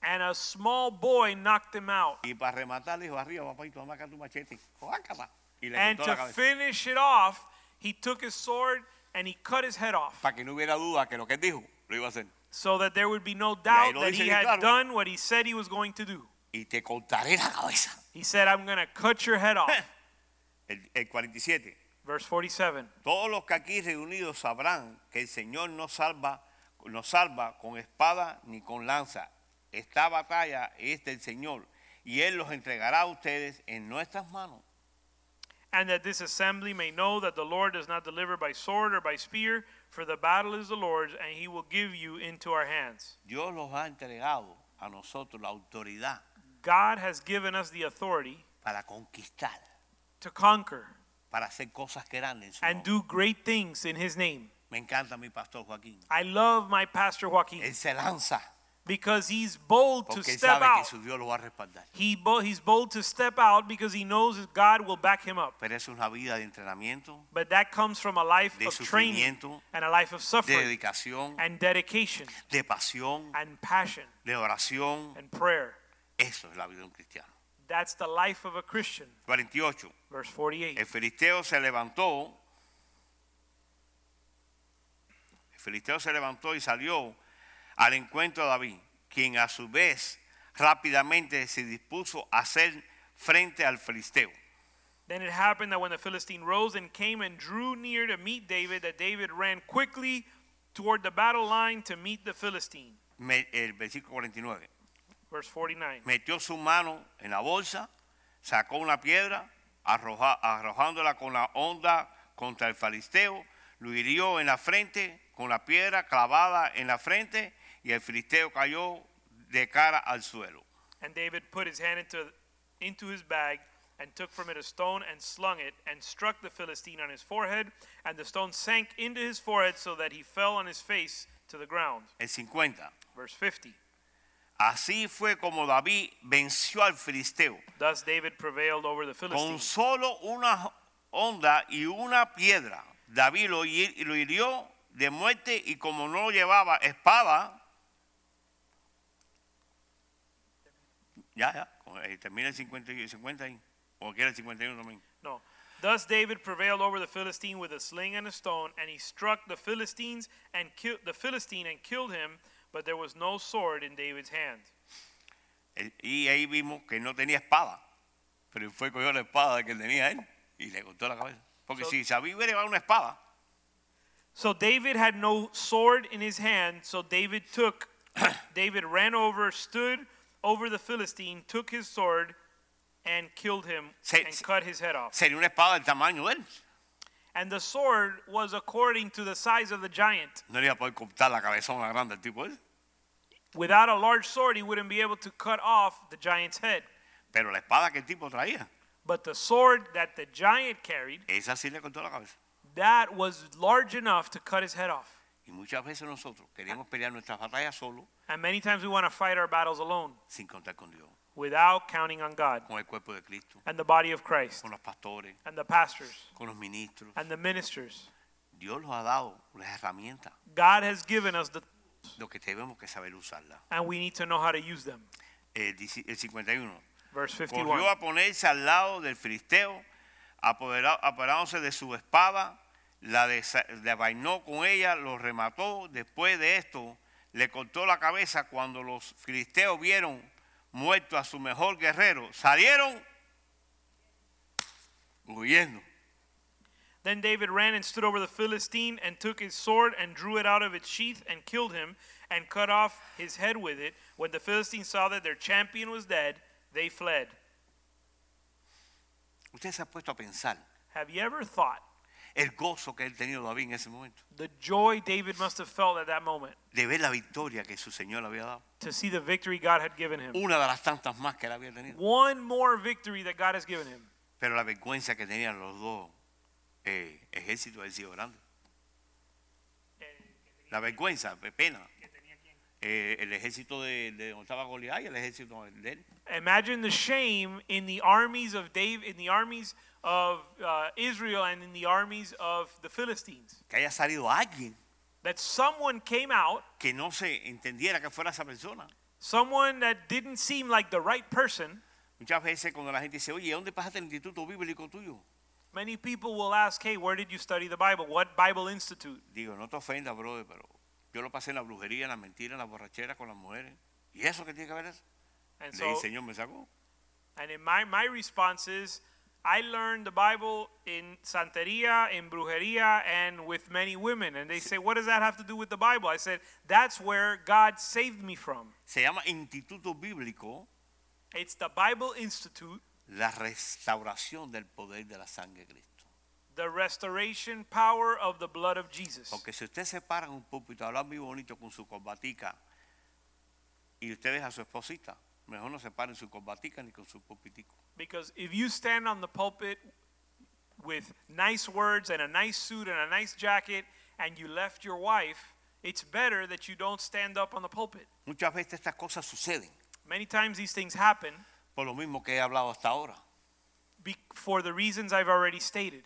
Speaker 2: and a small boy knocked him out.
Speaker 1: Y para rematar, le dijo arriba, papá, y toma acá tu machete. Cójala. Y le
Speaker 2: And
Speaker 1: cortó la
Speaker 2: to
Speaker 1: cabeza.
Speaker 2: finish it off, he took his sword and he cut his head off.
Speaker 1: Para que no hubiera duda que lo que él dijo lo iba a hacer.
Speaker 2: so that there would be no doubt
Speaker 1: lo
Speaker 2: that
Speaker 1: dice
Speaker 2: he
Speaker 1: bien
Speaker 2: had
Speaker 1: claro.
Speaker 2: done what he said he was going to do.
Speaker 1: Y te cortaré la cabeza.
Speaker 2: He said, I'm going to cut your head off.
Speaker 1: El, el 47.
Speaker 2: Verse 47.
Speaker 1: Todos los que aquí reunidos sabrán que el Señor no salva, nos salva con espada ni con lanza. Esta batalla es del Señor y Él los entregará a ustedes en nuestras manos.
Speaker 2: And that this assembly may know that the Lord does not deliver by sword or by spear, for the battle is the Lord's, and he will give you into our hands.
Speaker 1: Dios los ha entregado a nosotros la autoridad
Speaker 2: God has given us the authority
Speaker 1: para conquistar,
Speaker 2: to conquer
Speaker 1: para hacer cosas grandes. en su
Speaker 2: and
Speaker 1: nombre.
Speaker 2: do great things in his name.
Speaker 1: Me encanta mi pastor Joaquín.
Speaker 2: I love my pastor Joaquin
Speaker 1: Él se lanza
Speaker 2: because he's bold to
Speaker 1: porque él sabe
Speaker 2: step
Speaker 1: que
Speaker 2: out.
Speaker 1: su Dios lo va a respaldar.
Speaker 2: He bo- he's bold to step out because he knows that God will back him up.
Speaker 1: Pero es una vida de entrenamiento,
Speaker 2: But that comes from a life
Speaker 1: De
Speaker 2: of training
Speaker 1: sufrimiento,
Speaker 2: and a life of
Speaker 1: de
Speaker 2: suffering
Speaker 1: dedicación,
Speaker 2: and dedication
Speaker 1: de pasión,
Speaker 2: and passion
Speaker 1: de oración.
Speaker 2: and prayer.
Speaker 1: Eso es la vida de un cristiano.
Speaker 2: That's the life of a Christian.
Speaker 1: 48.
Speaker 2: Verse 48.
Speaker 1: El filisteo se levantó. El filisteo se levantó y salió al encuentro de David, quien a su vez rápidamente se dispuso a hacer frente al filisteo.
Speaker 2: Then it happened that when the Philistine rose and came and drew near to meet David, that David ran quickly toward the battle line to meet the Philistine.
Speaker 1: Me- el versículo 49.
Speaker 2: Verse 49.
Speaker 1: Metió su mano en la bolsa, sacó una piedra, arroja- arrojándola con la onda contra el filisteo, lo hirió en la frente con la piedra clavada en la frente y el filisteo cayó de cara al suelo.
Speaker 2: And David put his hand into, into his bag and took from it a stone and slung it and struck the Philistine on his forehead. And the stone sank into his forehead so that he fell on his face to the ground.
Speaker 1: El 50.
Speaker 2: Verse 50.
Speaker 1: Así fue como David venció al filisteo
Speaker 2: Thus David prevailed over the
Speaker 1: con
Speaker 2: Philistines.
Speaker 1: solo una onda y una piedra. David lo, hi- lo hirió de muerte y como no llevaba espada, ya, ya, eh, termina el 50, y- 50 ahí, o quiere el 51 también.
Speaker 2: No. Thus David prevailed over the Philistine with a sling and a stone, and he struck the Philistines and killed the Philistine and killed him, but there was no sword in David's hand.
Speaker 1: El- Eh, Y ahí vimos que no tenía espada, pero fue cogió la espada que tenía él y le cortó la cabeza. Porque
Speaker 2: So-
Speaker 1: si David hubiera llevado una espada,
Speaker 2: So David had no sword in his hand, so David took David ran over, stood over the Philistine, took his sword, and killed him
Speaker 1: Se-
Speaker 2: and
Speaker 1: se-
Speaker 2: cut his head off.
Speaker 1: sería una espada del tamaño de él.
Speaker 2: And the sword was according to the size of the giant.
Speaker 1: No le iba a poder cortar la cabeza a una grande al tipo ese.
Speaker 2: Without a large sword, he wouldn't be able to cut off the giant's head.
Speaker 1: Pero la espada que el tipo traía,
Speaker 2: But the sword that the giant carried,
Speaker 1: esa sí le cortó la cabeza.
Speaker 2: that was large enough to cut his head off.
Speaker 1: Y muchas veces nosotros queremos pelear nuestras batallas solo,
Speaker 2: And many times we want to fight our battles alone,
Speaker 1: sin contar con Dios,
Speaker 2: without counting on God
Speaker 1: con el cuerpo de Cristo,
Speaker 2: and the body of Christ
Speaker 1: con los pastores,
Speaker 2: and the pastors
Speaker 1: con los ministros.
Speaker 2: and the ministers.
Speaker 1: Dios nos ha dado las herramientas,
Speaker 2: God has given us the
Speaker 1: lo que tenemos que saber usarlas.
Speaker 2: and we need to know how to use them.
Speaker 1: El, dieci- el 51.
Speaker 2: Verse
Speaker 1: Corrió
Speaker 2: 51.
Speaker 1: a ponerse al lado del filisteo, apodera- apoderándose de su espada, la desa- desenvainó con ella, lo remató. Después de esto, le cortó la cabeza. Cuando los filisteos vieron muerto a su mejor guerrero, salieron huyendo.
Speaker 2: Then David ran and stood over the Philistine and took his sword and drew it out of its sheath and killed him and cut off his head with it. When the Philistines saw that their champion was dead, they fled.
Speaker 1: Usted se ha puesto a pensar
Speaker 2: Have you ever thought
Speaker 1: el gozo que él tenido David en ese momento,
Speaker 2: the joy David must have felt at that moment
Speaker 1: de ver la victoria que su Señor le había dado,
Speaker 2: to see the victory God had given him?
Speaker 1: una de las tantas más que él había tenido,
Speaker 2: One more victory that God has given him.
Speaker 1: pero la vergüenza que tenían los dos eh, ejércitos del sido grande. La vergüenza, pe- pena. Eh, el ejército de, de donde estaba Goliat y el ejército de él.
Speaker 2: Imagine the shame in the armies of Dave, in the armies of uh, Israel, and in the armies of the Philistines.
Speaker 1: Que haya salido alguien
Speaker 2: That someone came out,
Speaker 1: que no se entendiera que fuera esa persona.
Speaker 2: someone that didn't seem like the right person.
Speaker 1: Muchas veces cuando la gente dice, oye, ¿dónde pasaste el instituto bíblico tuyo?
Speaker 2: Many people will ask, "Hey, where did you study the Bible? What Bible institute?"
Speaker 1: Digo, no te ofendas, brother, pero yo lo pasé en la brujería, en la mentira, en la borrachera, con las mujeres. ¿Y eso qué tiene que ver eso?
Speaker 2: And
Speaker 1: Le
Speaker 2: so,
Speaker 1: el Señor me sacó.
Speaker 2: and in my my response is, I learned the Bible in santeria, in brujeria, and with many women. And they say, "What does that have to do with the Bible?" I said, "That's where God saved me from."
Speaker 1: Se llama Instituto Bíblico
Speaker 2: It's the Bible Institute,
Speaker 1: la restauración del poder de la sangre de Cristo.
Speaker 2: the restoration power of the blood of Jesus.
Speaker 1: Porque si usted se para en un púlpito a hablar muy bonito con su corbatica y usted deja a su esposita, mejor no se pare en su corbatica ni con su púlpitico.
Speaker 2: Because if you stand on the pulpit with nice words and a nice suit and a nice jacket and you left your wife, it's better that you don't stand up on the pulpit.
Speaker 1: Muchas veces estas cosas suceden,
Speaker 2: Many times these things happen
Speaker 1: por lo mismo que he hablado hasta ahora.
Speaker 2: be- for the reasons I've already stated,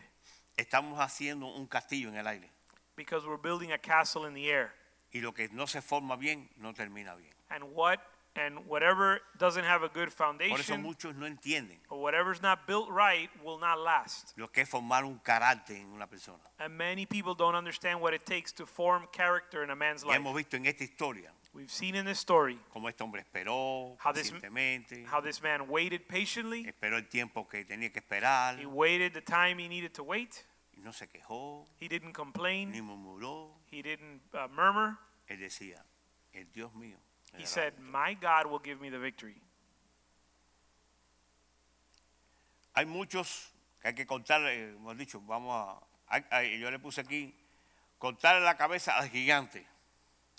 Speaker 1: Estamos haciendo un castillo en el aire
Speaker 2: because we're building a castle in the air.
Speaker 1: y lo que no se forma bien no termina bien.
Speaker 2: And what and whatever doesn't have a
Speaker 1: Por
Speaker 2: good
Speaker 1: eso
Speaker 2: foundation
Speaker 1: muchos no entienden
Speaker 2: or whatever's not built right will not last.
Speaker 1: lo que es formar un carácter en una persona.
Speaker 2: And many people don't understand what it takes to form character in a man's
Speaker 1: Ya
Speaker 2: life.
Speaker 1: hemos visto en esta historia
Speaker 2: We've seen in this story
Speaker 1: cómo este hombre esperó
Speaker 2: How this-
Speaker 1: pacientemente,
Speaker 2: how this man waited patiently.
Speaker 1: esperó el tiempo que tenía que esperar,
Speaker 2: He waited the time he needed to wait.
Speaker 1: y no se quejó,
Speaker 2: He didn't
Speaker 1: ni
Speaker 2: complain.
Speaker 1: murmuró.
Speaker 2: He didn't uh, murmur.
Speaker 1: Él decía, el Dios mío. me
Speaker 2: He
Speaker 1: dará
Speaker 2: said,
Speaker 1: la victoria".
Speaker 2: My God will give me the victory.
Speaker 1: Hay muchos que hay que contar, eh, hemos dicho, vamos a, hay- hay- yo le puse aquí, cortarle la cabeza al gigante.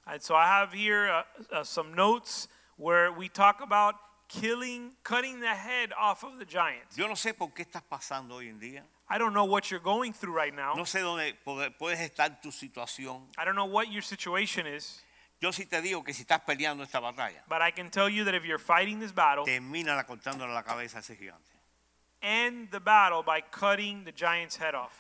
Speaker 2: And so I have here uh, uh, some notes where we talk about killing, cutting the head off of the giant.
Speaker 1: Yo no sé por qué estás pasando hoy en día.
Speaker 2: I don't know what you're going through right now.
Speaker 1: No sé dónde poder- puedes estar tu situación.
Speaker 2: I don't know what your situation is,
Speaker 1: Yo sí te digo que si estás peleando esta batalla,
Speaker 2: but I can tell you that if you're fighting this battle,
Speaker 1: termina cortándole la cabeza a ese gigante.
Speaker 2: end the battle by cutting the giant's head off.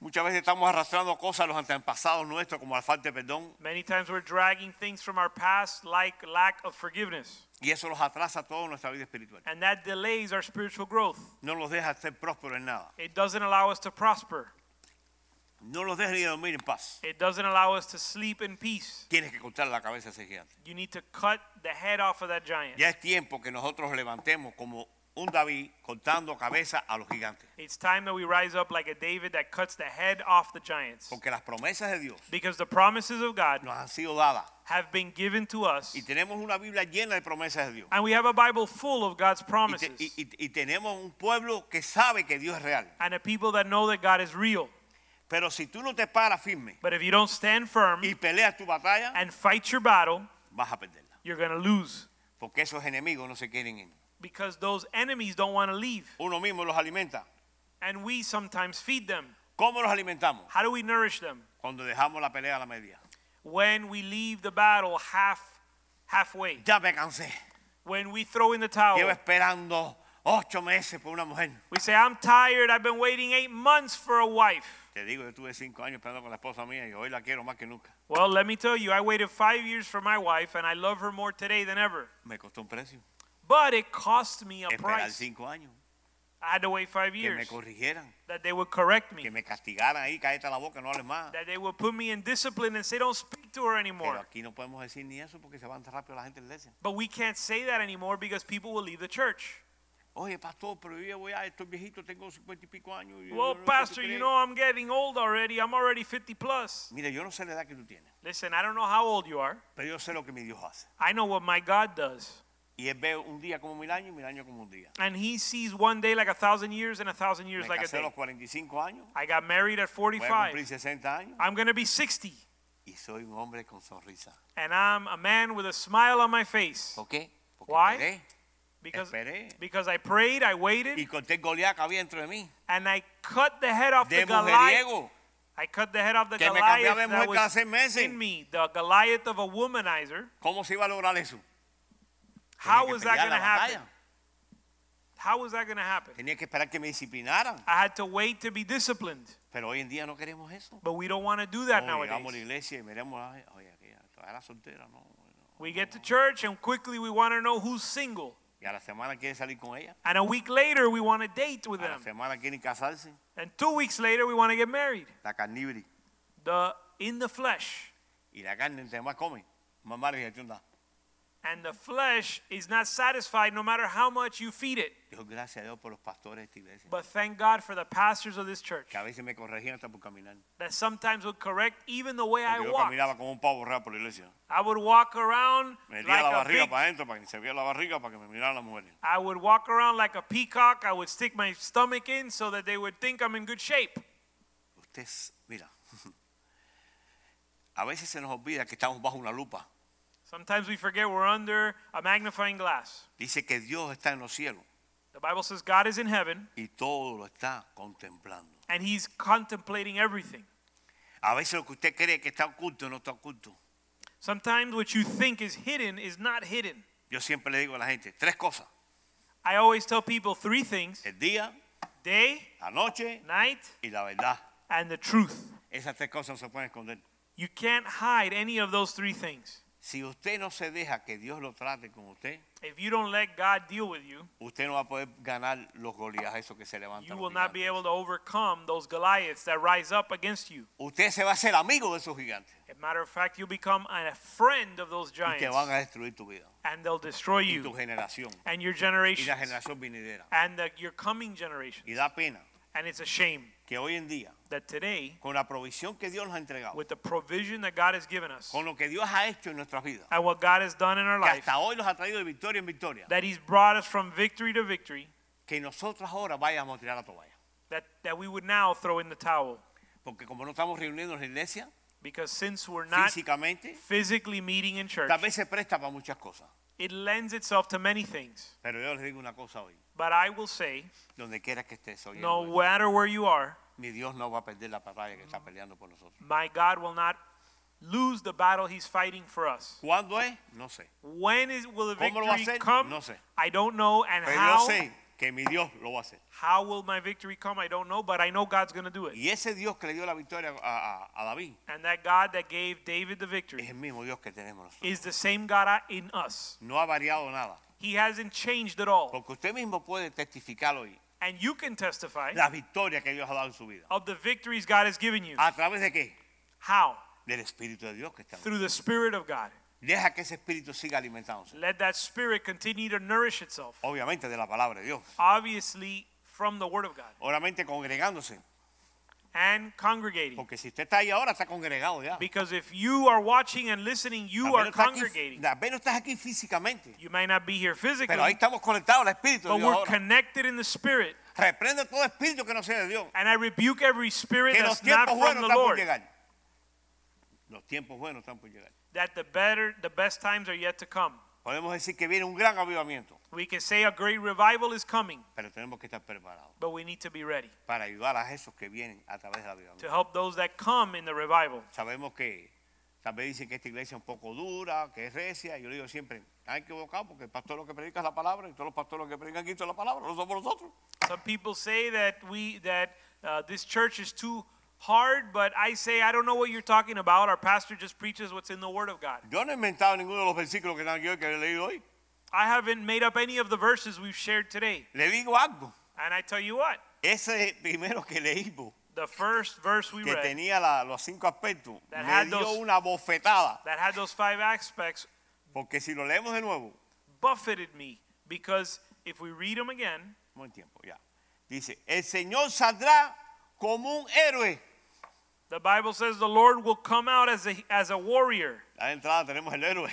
Speaker 1: Muchas veces estamos arrastrando cosas a los antepasados nuestros, como la falta de perdón,
Speaker 2: Many times we're dragging things from our past like lack of forgiveness,
Speaker 1: y eso los atrasa toda nuestra vida espiritual.
Speaker 2: and that delays our spiritual growth.
Speaker 1: No los deja ser prósperos en nada.
Speaker 2: It doesn't allow us to prosper.
Speaker 1: No los deja ni dormir en paz.
Speaker 2: It doesn't allow us to sleep in peace.
Speaker 1: Tienes que cortarle la cabeza a ese gigante.
Speaker 2: You need to cut the head off of that giant.
Speaker 1: Ya es tiempo que nosotros levantemos como un David cortando cabeza a los gigantes.
Speaker 2: It's time that we rise up like a David that cuts the head off the giants.
Speaker 1: Porque las promesas de Dios
Speaker 2: Because the promises of God
Speaker 1: nos han sido dadas.
Speaker 2: have been given to us,
Speaker 1: Y tenemos una Biblia llena de promesas de Dios.
Speaker 2: and we have a Bible full of God's
Speaker 1: Y, te-
Speaker 2: promises,
Speaker 1: y- y- y tenemos un pueblo que sabe que Dios es real.
Speaker 2: and a people that know that God is real.
Speaker 1: Pero si tú no te paras firme
Speaker 2: But if you don't stand firm
Speaker 1: y peleas tu batalla,
Speaker 2: and fight your battle,
Speaker 1: vas a perderla.
Speaker 2: you're going to lose.
Speaker 1: Porque esos enemigos no se quieren ir.
Speaker 2: because those enemies don't want to leave
Speaker 1: Uno mismo los alimenta.
Speaker 2: and we sometimes feed them
Speaker 1: ¿Cómo los alimentamos?
Speaker 2: how do we nourish them
Speaker 1: Cuando dejamos la pelea a la media.
Speaker 2: when we leave the battle half halfway
Speaker 1: Ya me cansé.
Speaker 2: when we throw in the towel
Speaker 1: Llevo esperando ocho meses por una mujer.
Speaker 2: we say i'm tired i've been waiting eight months for a wife
Speaker 1: Te digo, yo tuve cinco años esperando con la esposa mía y hoy la quiero más que nunca.
Speaker 2: well let me tell you i waited five years for my wife and i love her more today than ever
Speaker 1: Me costó un precio.
Speaker 2: but it cost me a
Speaker 1: Esperar
Speaker 2: price
Speaker 1: cinco años.
Speaker 2: i had to wait five
Speaker 1: Que me
Speaker 2: years
Speaker 1: corrigieran.
Speaker 2: that they would correct me
Speaker 1: Que me castigaran ahí, cállate la boca, no hables más.
Speaker 2: that they would put me in discipline and say don't speak to her
Speaker 1: Pero
Speaker 2: anymore
Speaker 1: aquí no podemos decir ni eso porque se van rápido la gente en iglesia.
Speaker 2: but we can't say that anymore because people will leave the church
Speaker 1: Oye, pastor, pero yo ya voy a, estoy viejito, tengo cincuenta y pico años. y yo
Speaker 2: Well,
Speaker 1: no puedo
Speaker 2: Pastor, you
Speaker 1: creer".
Speaker 2: know I'm getting old already. I'm already 50 plus.
Speaker 1: Mira, yo no sé la edad que tú tienes,
Speaker 2: Listen, I don't know how old you are.
Speaker 1: pero yo sé lo que mi Dios hace.
Speaker 2: I know what my God does.
Speaker 1: Y él ve un día como mil años y mil años como un día.
Speaker 2: And he sees one day like a thousand years and a thousand years
Speaker 1: Me
Speaker 2: like a
Speaker 1: casé a
Speaker 2: day.
Speaker 1: los 45 años,
Speaker 2: I got married at
Speaker 1: voy a cumplir
Speaker 2: 45.
Speaker 1: 60 años
Speaker 2: I'm going to be 60.
Speaker 1: y soy un hombre con sonrisa.
Speaker 2: And I'm a man with a smile on my face.
Speaker 1: ¿Por qué? Porque
Speaker 2: Why?
Speaker 1: esperé
Speaker 2: Because,
Speaker 1: Esperé.
Speaker 2: because I prayed, I
Speaker 1: y
Speaker 2: waited,
Speaker 1: corté el Goliat que había dentro de mí.
Speaker 2: and I cut the head off
Speaker 1: De
Speaker 2: the Goliath.
Speaker 1: mujeriego.
Speaker 2: I cut the head off the
Speaker 1: Que me
Speaker 2: Goliath
Speaker 1: cambiaba de mujer
Speaker 2: that
Speaker 1: cada
Speaker 2: was
Speaker 1: seis meses.
Speaker 2: in me, the Goliath of a womanizer.
Speaker 1: ¿Cómo se iba a lograr eso?
Speaker 2: How
Speaker 1: Tenía que
Speaker 2: was that
Speaker 1: pelear
Speaker 2: going
Speaker 1: la
Speaker 2: to happen?
Speaker 1: batalla.
Speaker 2: How was that going to happen?
Speaker 1: Tenía que esperar que me disciplinaran.
Speaker 2: I had to wait to be disciplined,
Speaker 1: Pero hoy en día no queremos eso.
Speaker 2: but we don't want to do that
Speaker 1: No, Oh, llegamos a la
Speaker 2: nowadays.
Speaker 1: iglesia y miramos, ay, oye, aquella todavía era soltera, no. no.
Speaker 2: We get to church and quickly we want to know who's single.
Speaker 1: Y a la semana quiere salir con ella.
Speaker 2: And a week later, we want to date with
Speaker 1: A la
Speaker 2: them.
Speaker 1: semana quieren casarse.
Speaker 2: And two weeks later, we want to get married.
Speaker 1: La carnívora.
Speaker 2: The in the flesh.
Speaker 1: Y la carne entre más come. Más mala digestión da.
Speaker 2: And the flesh is not satisfied no matter how much you feed it.
Speaker 1: Dios, gracias a Dios por los pastores de esta iglesia.
Speaker 2: But thank God for the pastors of this church
Speaker 1: Que a veces me corregían hasta por caminar.
Speaker 2: that sometimes would correct even the way I
Speaker 1: Porque yo
Speaker 2: walk.
Speaker 1: caminaba como un pavo real por la iglesia.
Speaker 2: I would walk around
Speaker 1: Me metía la
Speaker 2: like a
Speaker 1: barriga
Speaker 2: big,
Speaker 1: para adentro para que se viera la barriga para que me miraran las mujeres.
Speaker 2: I would walk around like a peacock. I would stick my stomach in so that they would think I'm in good shape.
Speaker 1: Usted, es- mira, a veces se nos olvida que estamos bajo una lupa.
Speaker 2: Sometimes we forget we're under a magnifying glass.
Speaker 1: Dice que Dios está en los cielos
Speaker 2: The Bible says God is in heaven
Speaker 1: y todo lo está contemplando.
Speaker 2: and he's contemplating everything.
Speaker 1: A veces lo que usted cree que está oculto no está oculto.
Speaker 2: Sometimes what you think is hidden is not hidden.
Speaker 1: Yo siempre le digo a la gente tres cosas:
Speaker 2: I always tell people three things
Speaker 1: el día,
Speaker 2: day,
Speaker 1: la noche
Speaker 2: night,
Speaker 1: y la verdad.
Speaker 2: and the truth.
Speaker 1: Esas tres cosas no se pueden esconder.
Speaker 2: You can't hide any of those three things.
Speaker 1: Si usted no se deja que Dios lo trate con usted,
Speaker 2: If you don't let God deal with you,
Speaker 1: usted no va a poder ganar los golias esos que se levantan.
Speaker 2: you
Speaker 1: los
Speaker 2: will not be
Speaker 1: gigantes.
Speaker 2: able to overcome those Goliaths that rise up against you.
Speaker 1: Usted se va a ser amigo de esos gigantes
Speaker 2: As a matter of fact, you'll become a friend of those
Speaker 1: y
Speaker 2: giants,
Speaker 1: te van a destruir tu vida
Speaker 2: and they'll destroy
Speaker 1: y tu
Speaker 2: you
Speaker 1: generación.
Speaker 2: and your
Speaker 1: y la
Speaker 2: generation
Speaker 1: generación vinidera.
Speaker 2: and the, your coming generation.
Speaker 1: Y da pena
Speaker 2: And it's a shame
Speaker 1: que hoy en día,
Speaker 2: that today,
Speaker 1: con la provisión que Dios nos ha entregado,
Speaker 2: with the provision that God has given us
Speaker 1: con lo que Dios ha hecho en nuestras vidas,
Speaker 2: and what God has done in our
Speaker 1: que
Speaker 2: life,
Speaker 1: hasta hoy nos ha traído de victoria en victoria,
Speaker 2: that He's brought us from victory to victory,
Speaker 1: que nosotros ahora vayamos a tirar la toalla.
Speaker 2: that, that we would now throw in the towel.
Speaker 1: Porque como no estamos reunidos en la iglesia,
Speaker 2: Because since we're not
Speaker 1: físicamente,
Speaker 2: physically meeting in church,
Speaker 1: tal vez se presta para muchas cosas.
Speaker 2: it lends itself to many things.
Speaker 1: Pero yo les digo una cosa hoy,
Speaker 2: But I will say,
Speaker 1: donde quiera que estés hoy,
Speaker 2: no matter where you are,
Speaker 1: mi Dios no va a perder la batalla que está peleando por nosotros.
Speaker 2: my God will not lose the battle He's fighting for us.
Speaker 1: ¿Cuándo es? No sé.
Speaker 2: When is, will the
Speaker 1: ¿Cómo lo va a hacer?
Speaker 2: victory come?
Speaker 1: No sé.
Speaker 2: I don't know. And
Speaker 1: Pero yo
Speaker 2: how,
Speaker 1: sé que mi Dios lo va a hacer.
Speaker 2: how will my victory come? I don't know, but I know God's going to do it.
Speaker 1: Y ese Dios que le dio la victoria a, a- a David
Speaker 2: And that God that gave David the
Speaker 1: es el
Speaker 2: victory
Speaker 1: mismo Dios que tenemos nosotros.
Speaker 2: is the same God in us.
Speaker 1: no ha variado nada.
Speaker 2: He hasn't changed at all.
Speaker 1: Porque usted mismo puede testificar hoy
Speaker 2: And you can testify
Speaker 1: la victoria que Dios ha dado en su vida.
Speaker 2: of the victories God has given you.
Speaker 1: ¿A través de qué?
Speaker 2: How?
Speaker 1: Del Espíritu de Dios que está. en usted.
Speaker 2: Through the Spirit of God.
Speaker 1: Deja que ese Espíritu siga alimentándose.
Speaker 2: Let that Spirit continue to nourish itself.
Speaker 1: Obviamente de la palabra de Dios.
Speaker 2: Obviously, from the Word of God
Speaker 1: Obviamente congregándose.
Speaker 2: and congregating.
Speaker 1: Porque si usted está ahí ahora, está congregado ya.
Speaker 2: Because if you are watching and listening,
Speaker 1: Tal
Speaker 2: you
Speaker 1: vez
Speaker 2: are
Speaker 1: no estás aquí-
Speaker 2: congregating.
Speaker 1: Tal vez no estás aquí físicamente.
Speaker 2: You may not be here
Speaker 1: Pero ahí
Speaker 2: physically,
Speaker 1: estamos conectados al Espíritu de
Speaker 2: but
Speaker 1: Dios
Speaker 2: we're
Speaker 1: ahora.
Speaker 2: connected in the Spirit.
Speaker 1: Reprende todo espíritu que no sea de Dios.
Speaker 2: And I rebuke every spirit
Speaker 1: Que los
Speaker 2: that's not
Speaker 1: tiempos
Speaker 2: from
Speaker 1: buenos
Speaker 2: the
Speaker 1: están por
Speaker 2: Lord.
Speaker 1: llegar. Los tiempos buenos están por llegar.
Speaker 2: that the better the best times are yet to come
Speaker 1: Podemos decir que viene un gran avivamiento.
Speaker 2: we can say a great revival is coming
Speaker 1: Pero tenemos que estar preparados.
Speaker 2: but we need to be ready
Speaker 1: para ayudar a esos que vienen a través del avivamiento.
Speaker 2: to help those that come in the revival
Speaker 1: Sabemos que tal vez dicen que esta iglesia es un poco dura, que es recia. Yo le digo siempre, están equivocados porque el pastor lo que predica es la palabra y todos los pastores que predican Cristo es la palabra, no somos nosotros.
Speaker 2: some people say that we that uh, this church is too hard but i say i don't know what you're talking about our pastor just preaches what's in the word of god
Speaker 1: Yo no he inventado ninguno de los versículos que están aquí hoy que he leído hoy.
Speaker 2: i haven't made up any of the verses we've shared today
Speaker 1: Le digo algo.
Speaker 2: and i tell you what
Speaker 1: Ese primero que leímos,
Speaker 2: the first verse we
Speaker 1: que
Speaker 2: read
Speaker 1: tenía la- los cinco aspectos,
Speaker 2: That
Speaker 1: me
Speaker 2: had
Speaker 1: dio
Speaker 2: those-
Speaker 1: una bofetada.
Speaker 2: that had those five aspects
Speaker 1: Porque si lo leemos de nuevo,
Speaker 2: buffeted me because If we read them again,
Speaker 1: Buen tiempo, ya. Dice, el Señor saldrá como un héroe.
Speaker 2: the Bible says the Lord will come out as a, as a warrior.
Speaker 1: La entrada tenemos el héroe.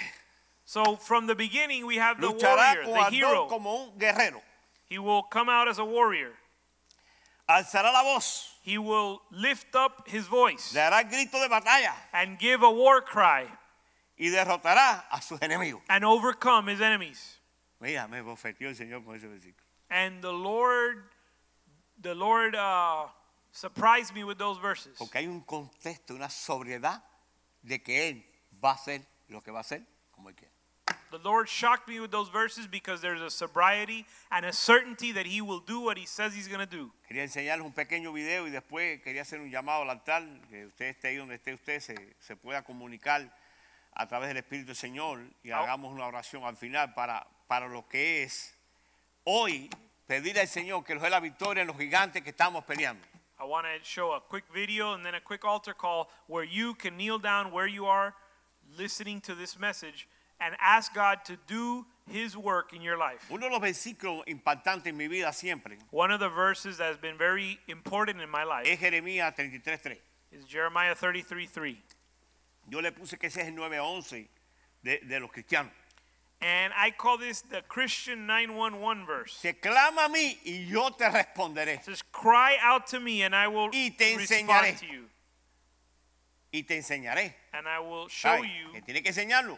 Speaker 2: So from the beginning, we have the
Speaker 1: Luchará
Speaker 2: warrior,
Speaker 1: con
Speaker 2: the
Speaker 1: ardor
Speaker 2: hero.
Speaker 1: como un guerrero.
Speaker 2: He will come out as a warrior.
Speaker 1: Alzará la voz,
Speaker 2: He will lift up his voice
Speaker 1: le hará el grito de batalla
Speaker 2: and give a war cry
Speaker 1: y derrotará a sus enemigos.
Speaker 2: and overcome his enemies.
Speaker 1: Mira, me bofeteó el Señor con ese versículo.
Speaker 2: And the Lord, the Lord uh, surprised me with those verses
Speaker 1: Porque hay un contexto, una sobriedad de que Él va a hacer lo que va a hacer como Él quiere.
Speaker 2: The Lord shocked me with those verses because there's a sobriety and a certainty that He will do what He says He's going to do.
Speaker 1: Quería enseñarles un pequeño video y después quería hacer un llamado al altar, que usted esté ahí donde esté usted, se, se pueda comunicar a través del Espíritu del Señor y
Speaker 2: Ah.
Speaker 1: hagamos una oración al final para, para lo que es hoy pedir al Señor que nos dé la victoria en los gigantes que estamos peleando.
Speaker 2: I want to show a quick video and then a quick altar call where you can kneel down where you are listening to this message and ask God to do His work in your life.
Speaker 1: Uno de los versículos impactantes en mi vida siempre
Speaker 2: One of the verses that has been very important in my
Speaker 1: es
Speaker 2: life
Speaker 1: Jeremías 33.3.
Speaker 2: is Jeremiah 33 3.
Speaker 1: Yo le puse que ese es el 9.11 de, de los cristianos.
Speaker 2: And I call this the Christian 911 verse.
Speaker 1: Se clama a mí y yo te responderé
Speaker 2: It says, Cry out to me, and I will
Speaker 1: Y te
Speaker 2: respond
Speaker 1: enseñaré.
Speaker 2: to you,
Speaker 1: y te enseñaré.
Speaker 2: and I will show
Speaker 1: ¿Sabe?
Speaker 2: you
Speaker 1: Que tiene que enseñarlo.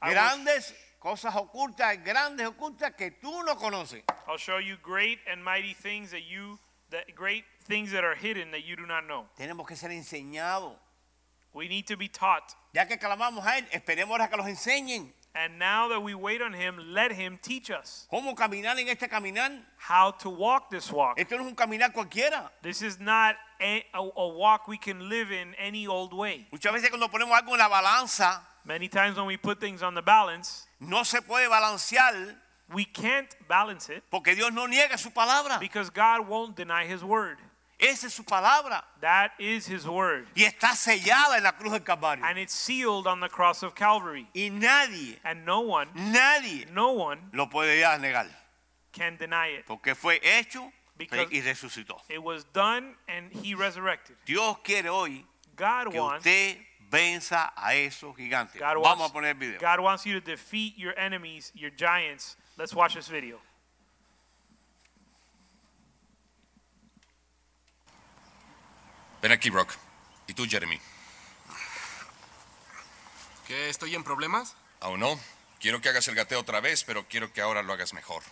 Speaker 2: I will-
Speaker 1: Grandes cosas ocultas, grandes ocultas que tú no conoces.
Speaker 2: I'll show you great and mighty things that you that great things that are hidden that you do not know.
Speaker 1: Tenemos que ser enseñados.
Speaker 2: We need to be taught.
Speaker 1: Ya que clamamos a Él, esperemos ahora que los enseñen
Speaker 2: And now that we wait on him, let him teach us
Speaker 1: cómo caminar en este caminar.
Speaker 2: how to walk this walk.
Speaker 1: Esto no es un caminar cualquiera.
Speaker 2: This is not a, a, a walk we can live in any old way.
Speaker 1: Muchas veces cuando ponemos algo en la balanza,
Speaker 2: Many times when we put things on the balance,
Speaker 1: no se puede balancear
Speaker 2: we can't balance it
Speaker 1: porque Dios no niega su palabra.
Speaker 2: because God won't deny his word.
Speaker 1: Esa es su palabra.
Speaker 2: That is his word.
Speaker 1: Y está sellada en la cruz del Calvario.
Speaker 2: And it's sealed on the cross of Calvary.
Speaker 1: Y nadie,
Speaker 2: And no one,
Speaker 1: nadie
Speaker 2: no one
Speaker 1: lo puede ya negar.
Speaker 2: can deny it.
Speaker 1: Porque fue hecho
Speaker 2: Because-
Speaker 1: y resucitó.
Speaker 2: It was done and he resurrected.
Speaker 1: Dios quiere hoy
Speaker 2: God
Speaker 1: que
Speaker 2: wants
Speaker 1: usted venza a esos gigantes.
Speaker 2: God
Speaker 1: Vamos
Speaker 2: wants
Speaker 1: a poner el video.
Speaker 2: God wants you to defeat your enemies, your giants. Let's watch this video.
Speaker 3: Ven aquí, Brock. Y tú, Jeremy. ¿Qué? ¿Estoy en problemas? Aún no. Quiero que hagas el gateo otra vez, pero quiero que ahora lo hagas mejor.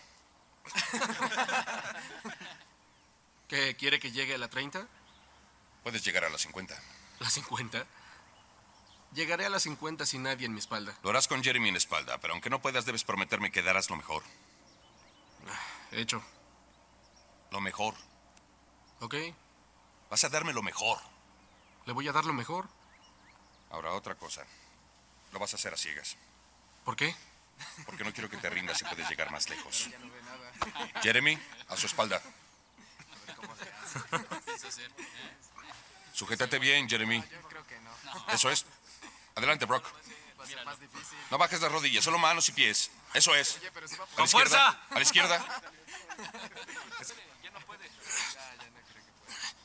Speaker 4: ¿Qué quiere que llegue a la 30?
Speaker 3: Puedes llegar a las 50.
Speaker 4: ¿La 50? Llegaré a la 50 sin nadie en mi espalda.
Speaker 3: Lo harás con Jeremy en la espalda, pero aunque no puedas, debes prometerme que darás lo mejor.
Speaker 4: Hecho.
Speaker 3: Lo mejor.
Speaker 4: Ok,
Speaker 3: Vas a darme lo mejor.
Speaker 4: le voy a dar lo mejor.
Speaker 3: Ahora, otra cosa. Lo vas a hacer a ciegas.
Speaker 4: ¿Por qué?
Speaker 3: Porque no quiero que te rindas y puedes llegar más lejos. Jeremy, a su espalda. Sujétate bien, Jeremy. Eso es. Adelante, Brock. No bajes las rodillas, solo manos y pies. Eso es. A la izquierda. A la izquierda.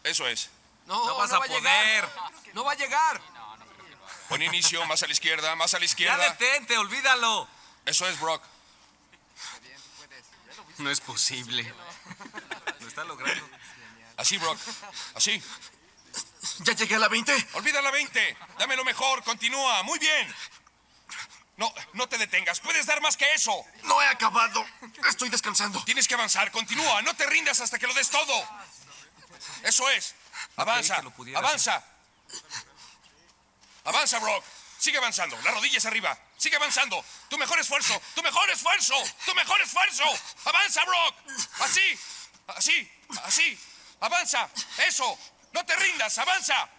Speaker 3: Eso es.
Speaker 4: No, no vas a poder. No va a llegar.
Speaker 3: Buen inicio, más a la izquierda, más a la izquierda.
Speaker 4: detente, olvídalo.
Speaker 3: Eso es, Brock.
Speaker 4: No es posible. Lo está logrando.
Speaker 3: Así, Brock. Así.
Speaker 4: Ya llegué a la 20.
Speaker 3: Olvida la 20. Dame lo mejor. Continúa. Muy bien. No, no te detengas. Puedes dar más que eso.
Speaker 4: No he acabado. Estoy descansando.
Speaker 3: Tienes que avanzar. Continúa. No te rindas hasta que lo des todo. Eso es. Avanza.
Speaker 4: que lo pudiera
Speaker 3: Avanza. Avanza, Brock. Sigue avanzando. Las rodillas arriba. Sigue avanzando. Tu mejor esfuerzo. Tu mejor esfuerzo. Tu mejor esfuerzo. Avanza, Brock. Así. Así. Así. Avanza. Eso. No te rindas. Avanza.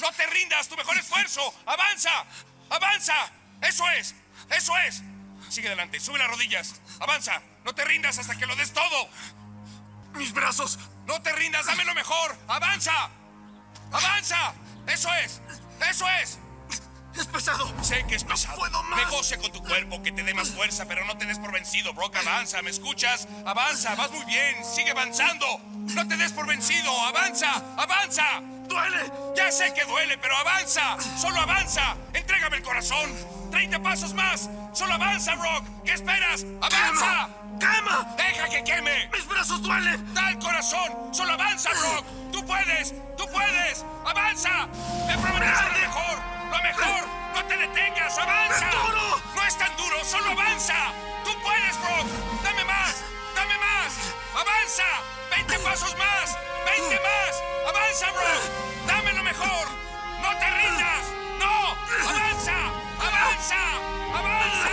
Speaker 3: No te rindas, tu mejor esfuerzo. Avanza, avanza. Eso es, eso es. Sigue adelante, sube las rodillas. Avanza, no te rindas hasta que lo des todo.
Speaker 4: Mis brazos.
Speaker 3: No te rindas, dame lo mejor. Avanza, avanza. Eso es, eso es.
Speaker 4: ¡Es pesado!
Speaker 3: Sé que es pesado.
Speaker 4: puedo más.
Speaker 3: Negocia con tu cuerpo, que te dé más fuerza, pero no te des por vencido, Brock. Avanza, ¿me escuchas? Avanza, vas muy bien, sigue avanzando. No te des por vencido, avanza, avanza.
Speaker 4: ¡Duele!
Speaker 3: Ya sé que duele, pero avanza, solo avanza. Entrégame el corazón. 30 pasos más. Solo avanza, Brock. ¿Qué esperas? ¡Avanza!
Speaker 4: ¡Quema! ¡Quema!
Speaker 3: ¡Deja que queme!
Speaker 4: Eh, ¡Mis brazos duelen!
Speaker 3: ¡Da el corazón! ¡Solo avanza, Brock! ¡Tú puedes! ¡Tú puedes! ¡Avanza! ¡Te prometes lo mejor! ¡Lo mejor! ¡No te detengas! ¡Avanza!
Speaker 4: ¡Es duro!
Speaker 3: ¡No es tan duro! ¡Solo avanza! ¡Tú puedes, Brock! ¡Dame más! ¡Dame más! ¡Avanza! ¡20 pasos más! ¡20 más! ¡Avanza, Brock! ¡Dame lo mejor! ¡No te rindas! ¡No! ¡Avanza! ¡Avanza! ¡Avanza!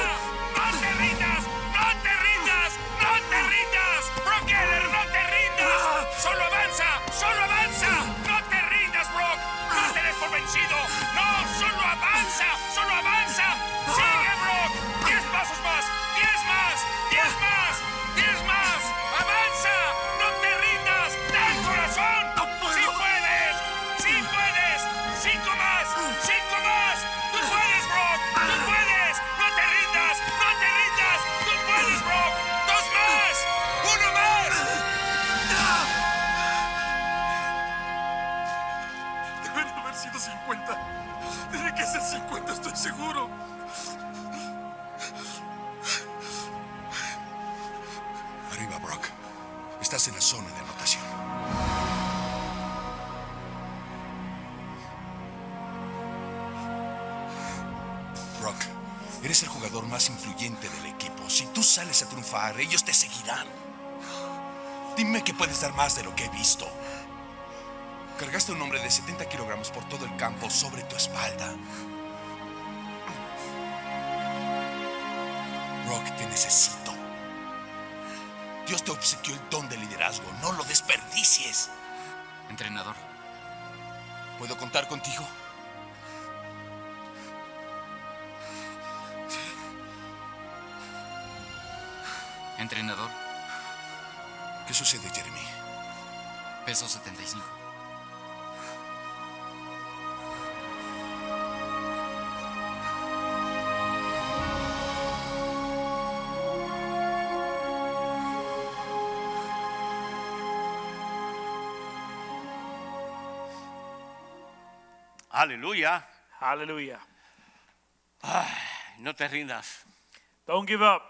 Speaker 3: ¡No te rindas! ¡No te rindas! ¡No te rindas! ¡Brock Keller, no te rindas! ¡Solo avanza! ¡Solo avanza! ¡No te rindas, Brock! ¡No te des por vencido! ¡No! ¡Solo avanza! ¡Solo avanza! ¡Sigue, Brock! ¡Diez pasos más! ¡Diez más! ¡Diez más! ¡Diez más! ¡Avanza! ¡No te rindas! ¡Da el corazón!
Speaker 4: No puedo.
Speaker 3: ¡Sí puedes! ¡Sí puedes! ¡Cinco más! ¡Cinco más! ¡Tú puedes, Brock! ¡Tú puedes! ¡No te rindas! ¡No te rindas! ¡Tú puedes, Brock! ¡Dos más! ¡Uno más!
Speaker 4: Deben haber sido 50. Tiene que ser 50, estoy seguro.
Speaker 3: Arriba, Brock. Estás en la zona de anotación. Brock, eres el jugador más influyente del equipo. Si tú sales a triunfar, ellos te seguirán. Dime que puedes dar más de lo que he visto. Cargaste a un hombre de 70 kilogramos por todo el campo sobre tu espalda. Brock, te necesito. Dios te obsequió el don de liderazgo. No lo desperdicies.
Speaker 5: Entrenador,
Speaker 3: ¿Puedo contar contigo?
Speaker 5: entrenador,
Speaker 3: ¿Qué sucede, Jeremy?
Speaker 5: peso 75.
Speaker 1: Aleluya.
Speaker 2: Hallelujah.
Speaker 1: No te rindas.
Speaker 2: Don't give up.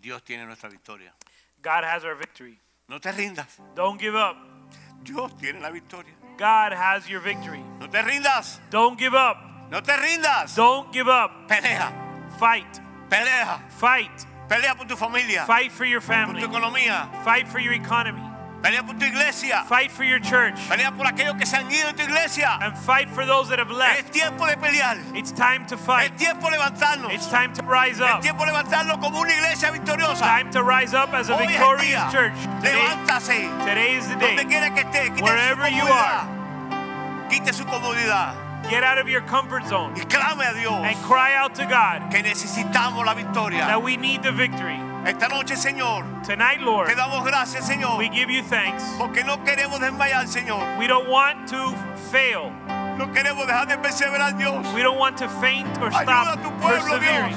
Speaker 1: Dios tiene nuestra victoria.
Speaker 2: God has our victory.
Speaker 1: No te rindas.
Speaker 2: Don't give up.
Speaker 1: Dios tiene la victoria.
Speaker 2: God has your victory.
Speaker 1: No te rindas.
Speaker 2: Don't give up.
Speaker 1: No te rindas.
Speaker 2: Don't give up.
Speaker 1: Pelea.
Speaker 2: Fight.
Speaker 1: Pelea.
Speaker 2: Fight.
Speaker 1: Pelea por tu familia.
Speaker 2: Fight for your
Speaker 1: Por tu
Speaker 2: family.
Speaker 1: economía.
Speaker 2: Fight for your economy.
Speaker 1: Pelea por tu iglesia.
Speaker 2: Fight for your church.
Speaker 1: Pelea por aquellos que se han ido de tu iglesia.
Speaker 2: And fight for those that have
Speaker 1: Es
Speaker 2: left.
Speaker 1: tiempo de pelear.
Speaker 2: It's time to fight.
Speaker 1: Es tiempo de levantarnos.
Speaker 2: It's time to rise
Speaker 1: Es
Speaker 2: up.
Speaker 1: tiempo de levantarnos como una iglesia victoriosa.
Speaker 2: Time to rise up as a
Speaker 1: Hoy es el día.
Speaker 2: victorious church. Today,
Speaker 1: Levántase.
Speaker 2: today is the
Speaker 1: Donde
Speaker 2: day.
Speaker 1: quiera que esté. Quite su
Speaker 2: Wherever you
Speaker 1: comodidad. Quite su comodidad.
Speaker 2: Get out of your comfort zone
Speaker 1: Y clame a Dios.
Speaker 2: and cry out to God
Speaker 1: Que necesitamos la victoria.
Speaker 2: that we need the victory.
Speaker 1: Esta noche, Señor.
Speaker 2: Tonight, Lord,
Speaker 1: Te damos gracias, Señor.
Speaker 2: we give you thanks.
Speaker 1: Porque no queremos desmayar, Señor.
Speaker 2: We don't want to fail.
Speaker 1: No queremos dejar de perseverar, Dios.
Speaker 2: We don't want to faint or
Speaker 1: Ayuda a
Speaker 2: stop
Speaker 1: tu pueblo,
Speaker 2: persevering.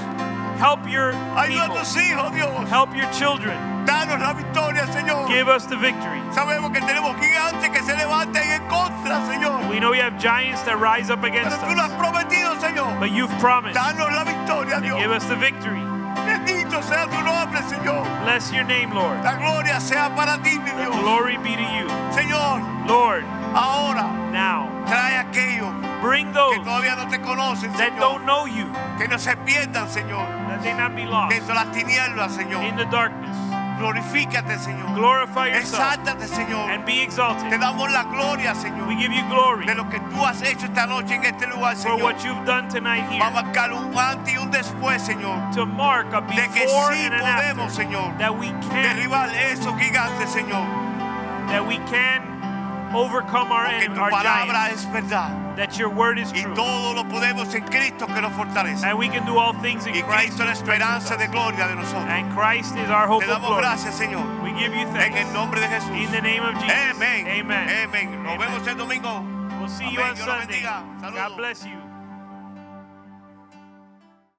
Speaker 2: Help your
Speaker 1: Ayuda a tus
Speaker 2: people.
Speaker 1: hijos, Dios.
Speaker 2: Help your children.
Speaker 1: Danos la victoria, Señor.
Speaker 2: Give us the victory.
Speaker 1: Sabemos que tenemos gigantes que se levantan en contra, Señor.
Speaker 2: We know we have giants that rise up
Speaker 1: Pero
Speaker 2: against
Speaker 1: tú lo has
Speaker 2: us,
Speaker 1: prometido, Señor.
Speaker 2: but you've promised
Speaker 1: Danos la victoria,
Speaker 2: to give
Speaker 1: Dios.
Speaker 2: us the victory.
Speaker 1: Bendito sea tu nombre, Señor.
Speaker 2: Bless your name, Lord.
Speaker 1: La gloria sea para ti, mi
Speaker 2: The
Speaker 1: Dios.
Speaker 2: glory be to you.
Speaker 1: Señor,
Speaker 2: Lord,
Speaker 1: ahora
Speaker 2: now
Speaker 1: trae a aquellos
Speaker 2: bring
Speaker 1: que
Speaker 2: those
Speaker 1: todavía no te conocen,
Speaker 2: that don't
Speaker 1: Señor.
Speaker 2: know you,
Speaker 1: Que no se pierdan, Señor.
Speaker 2: that they not be lost
Speaker 1: Dentro de las tinieblas,
Speaker 2: in
Speaker 1: Señor.
Speaker 2: the darkness.
Speaker 1: Glorifícate, Señor.
Speaker 2: Glorify yourself
Speaker 1: Exáltate, Señor.
Speaker 2: and be
Speaker 1: Te
Speaker 2: exalted.
Speaker 1: damos la gloria, Señor,
Speaker 2: We give you glory
Speaker 1: de lo que tú has hecho esta noche en este lugar,
Speaker 2: for
Speaker 1: Señor.
Speaker 2: what you've done tonight here.
Speaker 1: Va a marcar un antes y un después, Señor.
Speaker 2: to mark a
Speaker 1: De que
Speaker 2: before
Speaker 1: sí
Speaker 2: and an
Speaker 1: podemos,
Speaker 2: after
Speaker 1: Señor,
Speaker 2: that we can
Speaker 1: derribar esos gigantes, Señor.
Speaker 2: that we can overcome our
Speaker 1: Porque
Speaker 2: enemy,
Speaker 1: tu
Speaker 2: our
Speaker 1: palabra
Speaker 2: giants,
Speaker 1: es verdad.
Speaker 2: that your word is
Speaker 1: Y
Speaker 2: true
Speaker 1: todo lo podemos en Cristo que nos fortalece.
Speaker 2: and we can do all things in
Speaker 1: Y
Speaker 2: Christ
Speaker 1: Cristo es la
Speaker 2: who strengthens
Speaker 1: esperanza de
Speaker 2: us.
Speaker 1: gloria de nosotros.
Speaker 2: and Christ is our hope
Speaker 1: Te
Speaker 2: of
Speaker 1: damos
Speaker 2: glory
Speaker 1: gracias, Señor.
Speaker 2: we give you
Speaker 1: En
Speaker 2: thanks
Speaker 1: el nombre de
Speaker 2: in
Speaker 1: Jesús.
Speaker 2: the name of Jesus
Speaker 1: Amén.
Speaker 2: amen
Speaker 1: Amén. Nos
Speaker 2: Amen.
Speaker 1: vemos el domingo.
Speaker 2: we'll see you
Speaker 1: Amén.
Speaker 2: on
Speaker 1: Dios los
Speaker 2: Sunday
Speaker 1: bendiga.
Speaker 2: God
Speaker 1: Saludos.
Speaker 2: bless you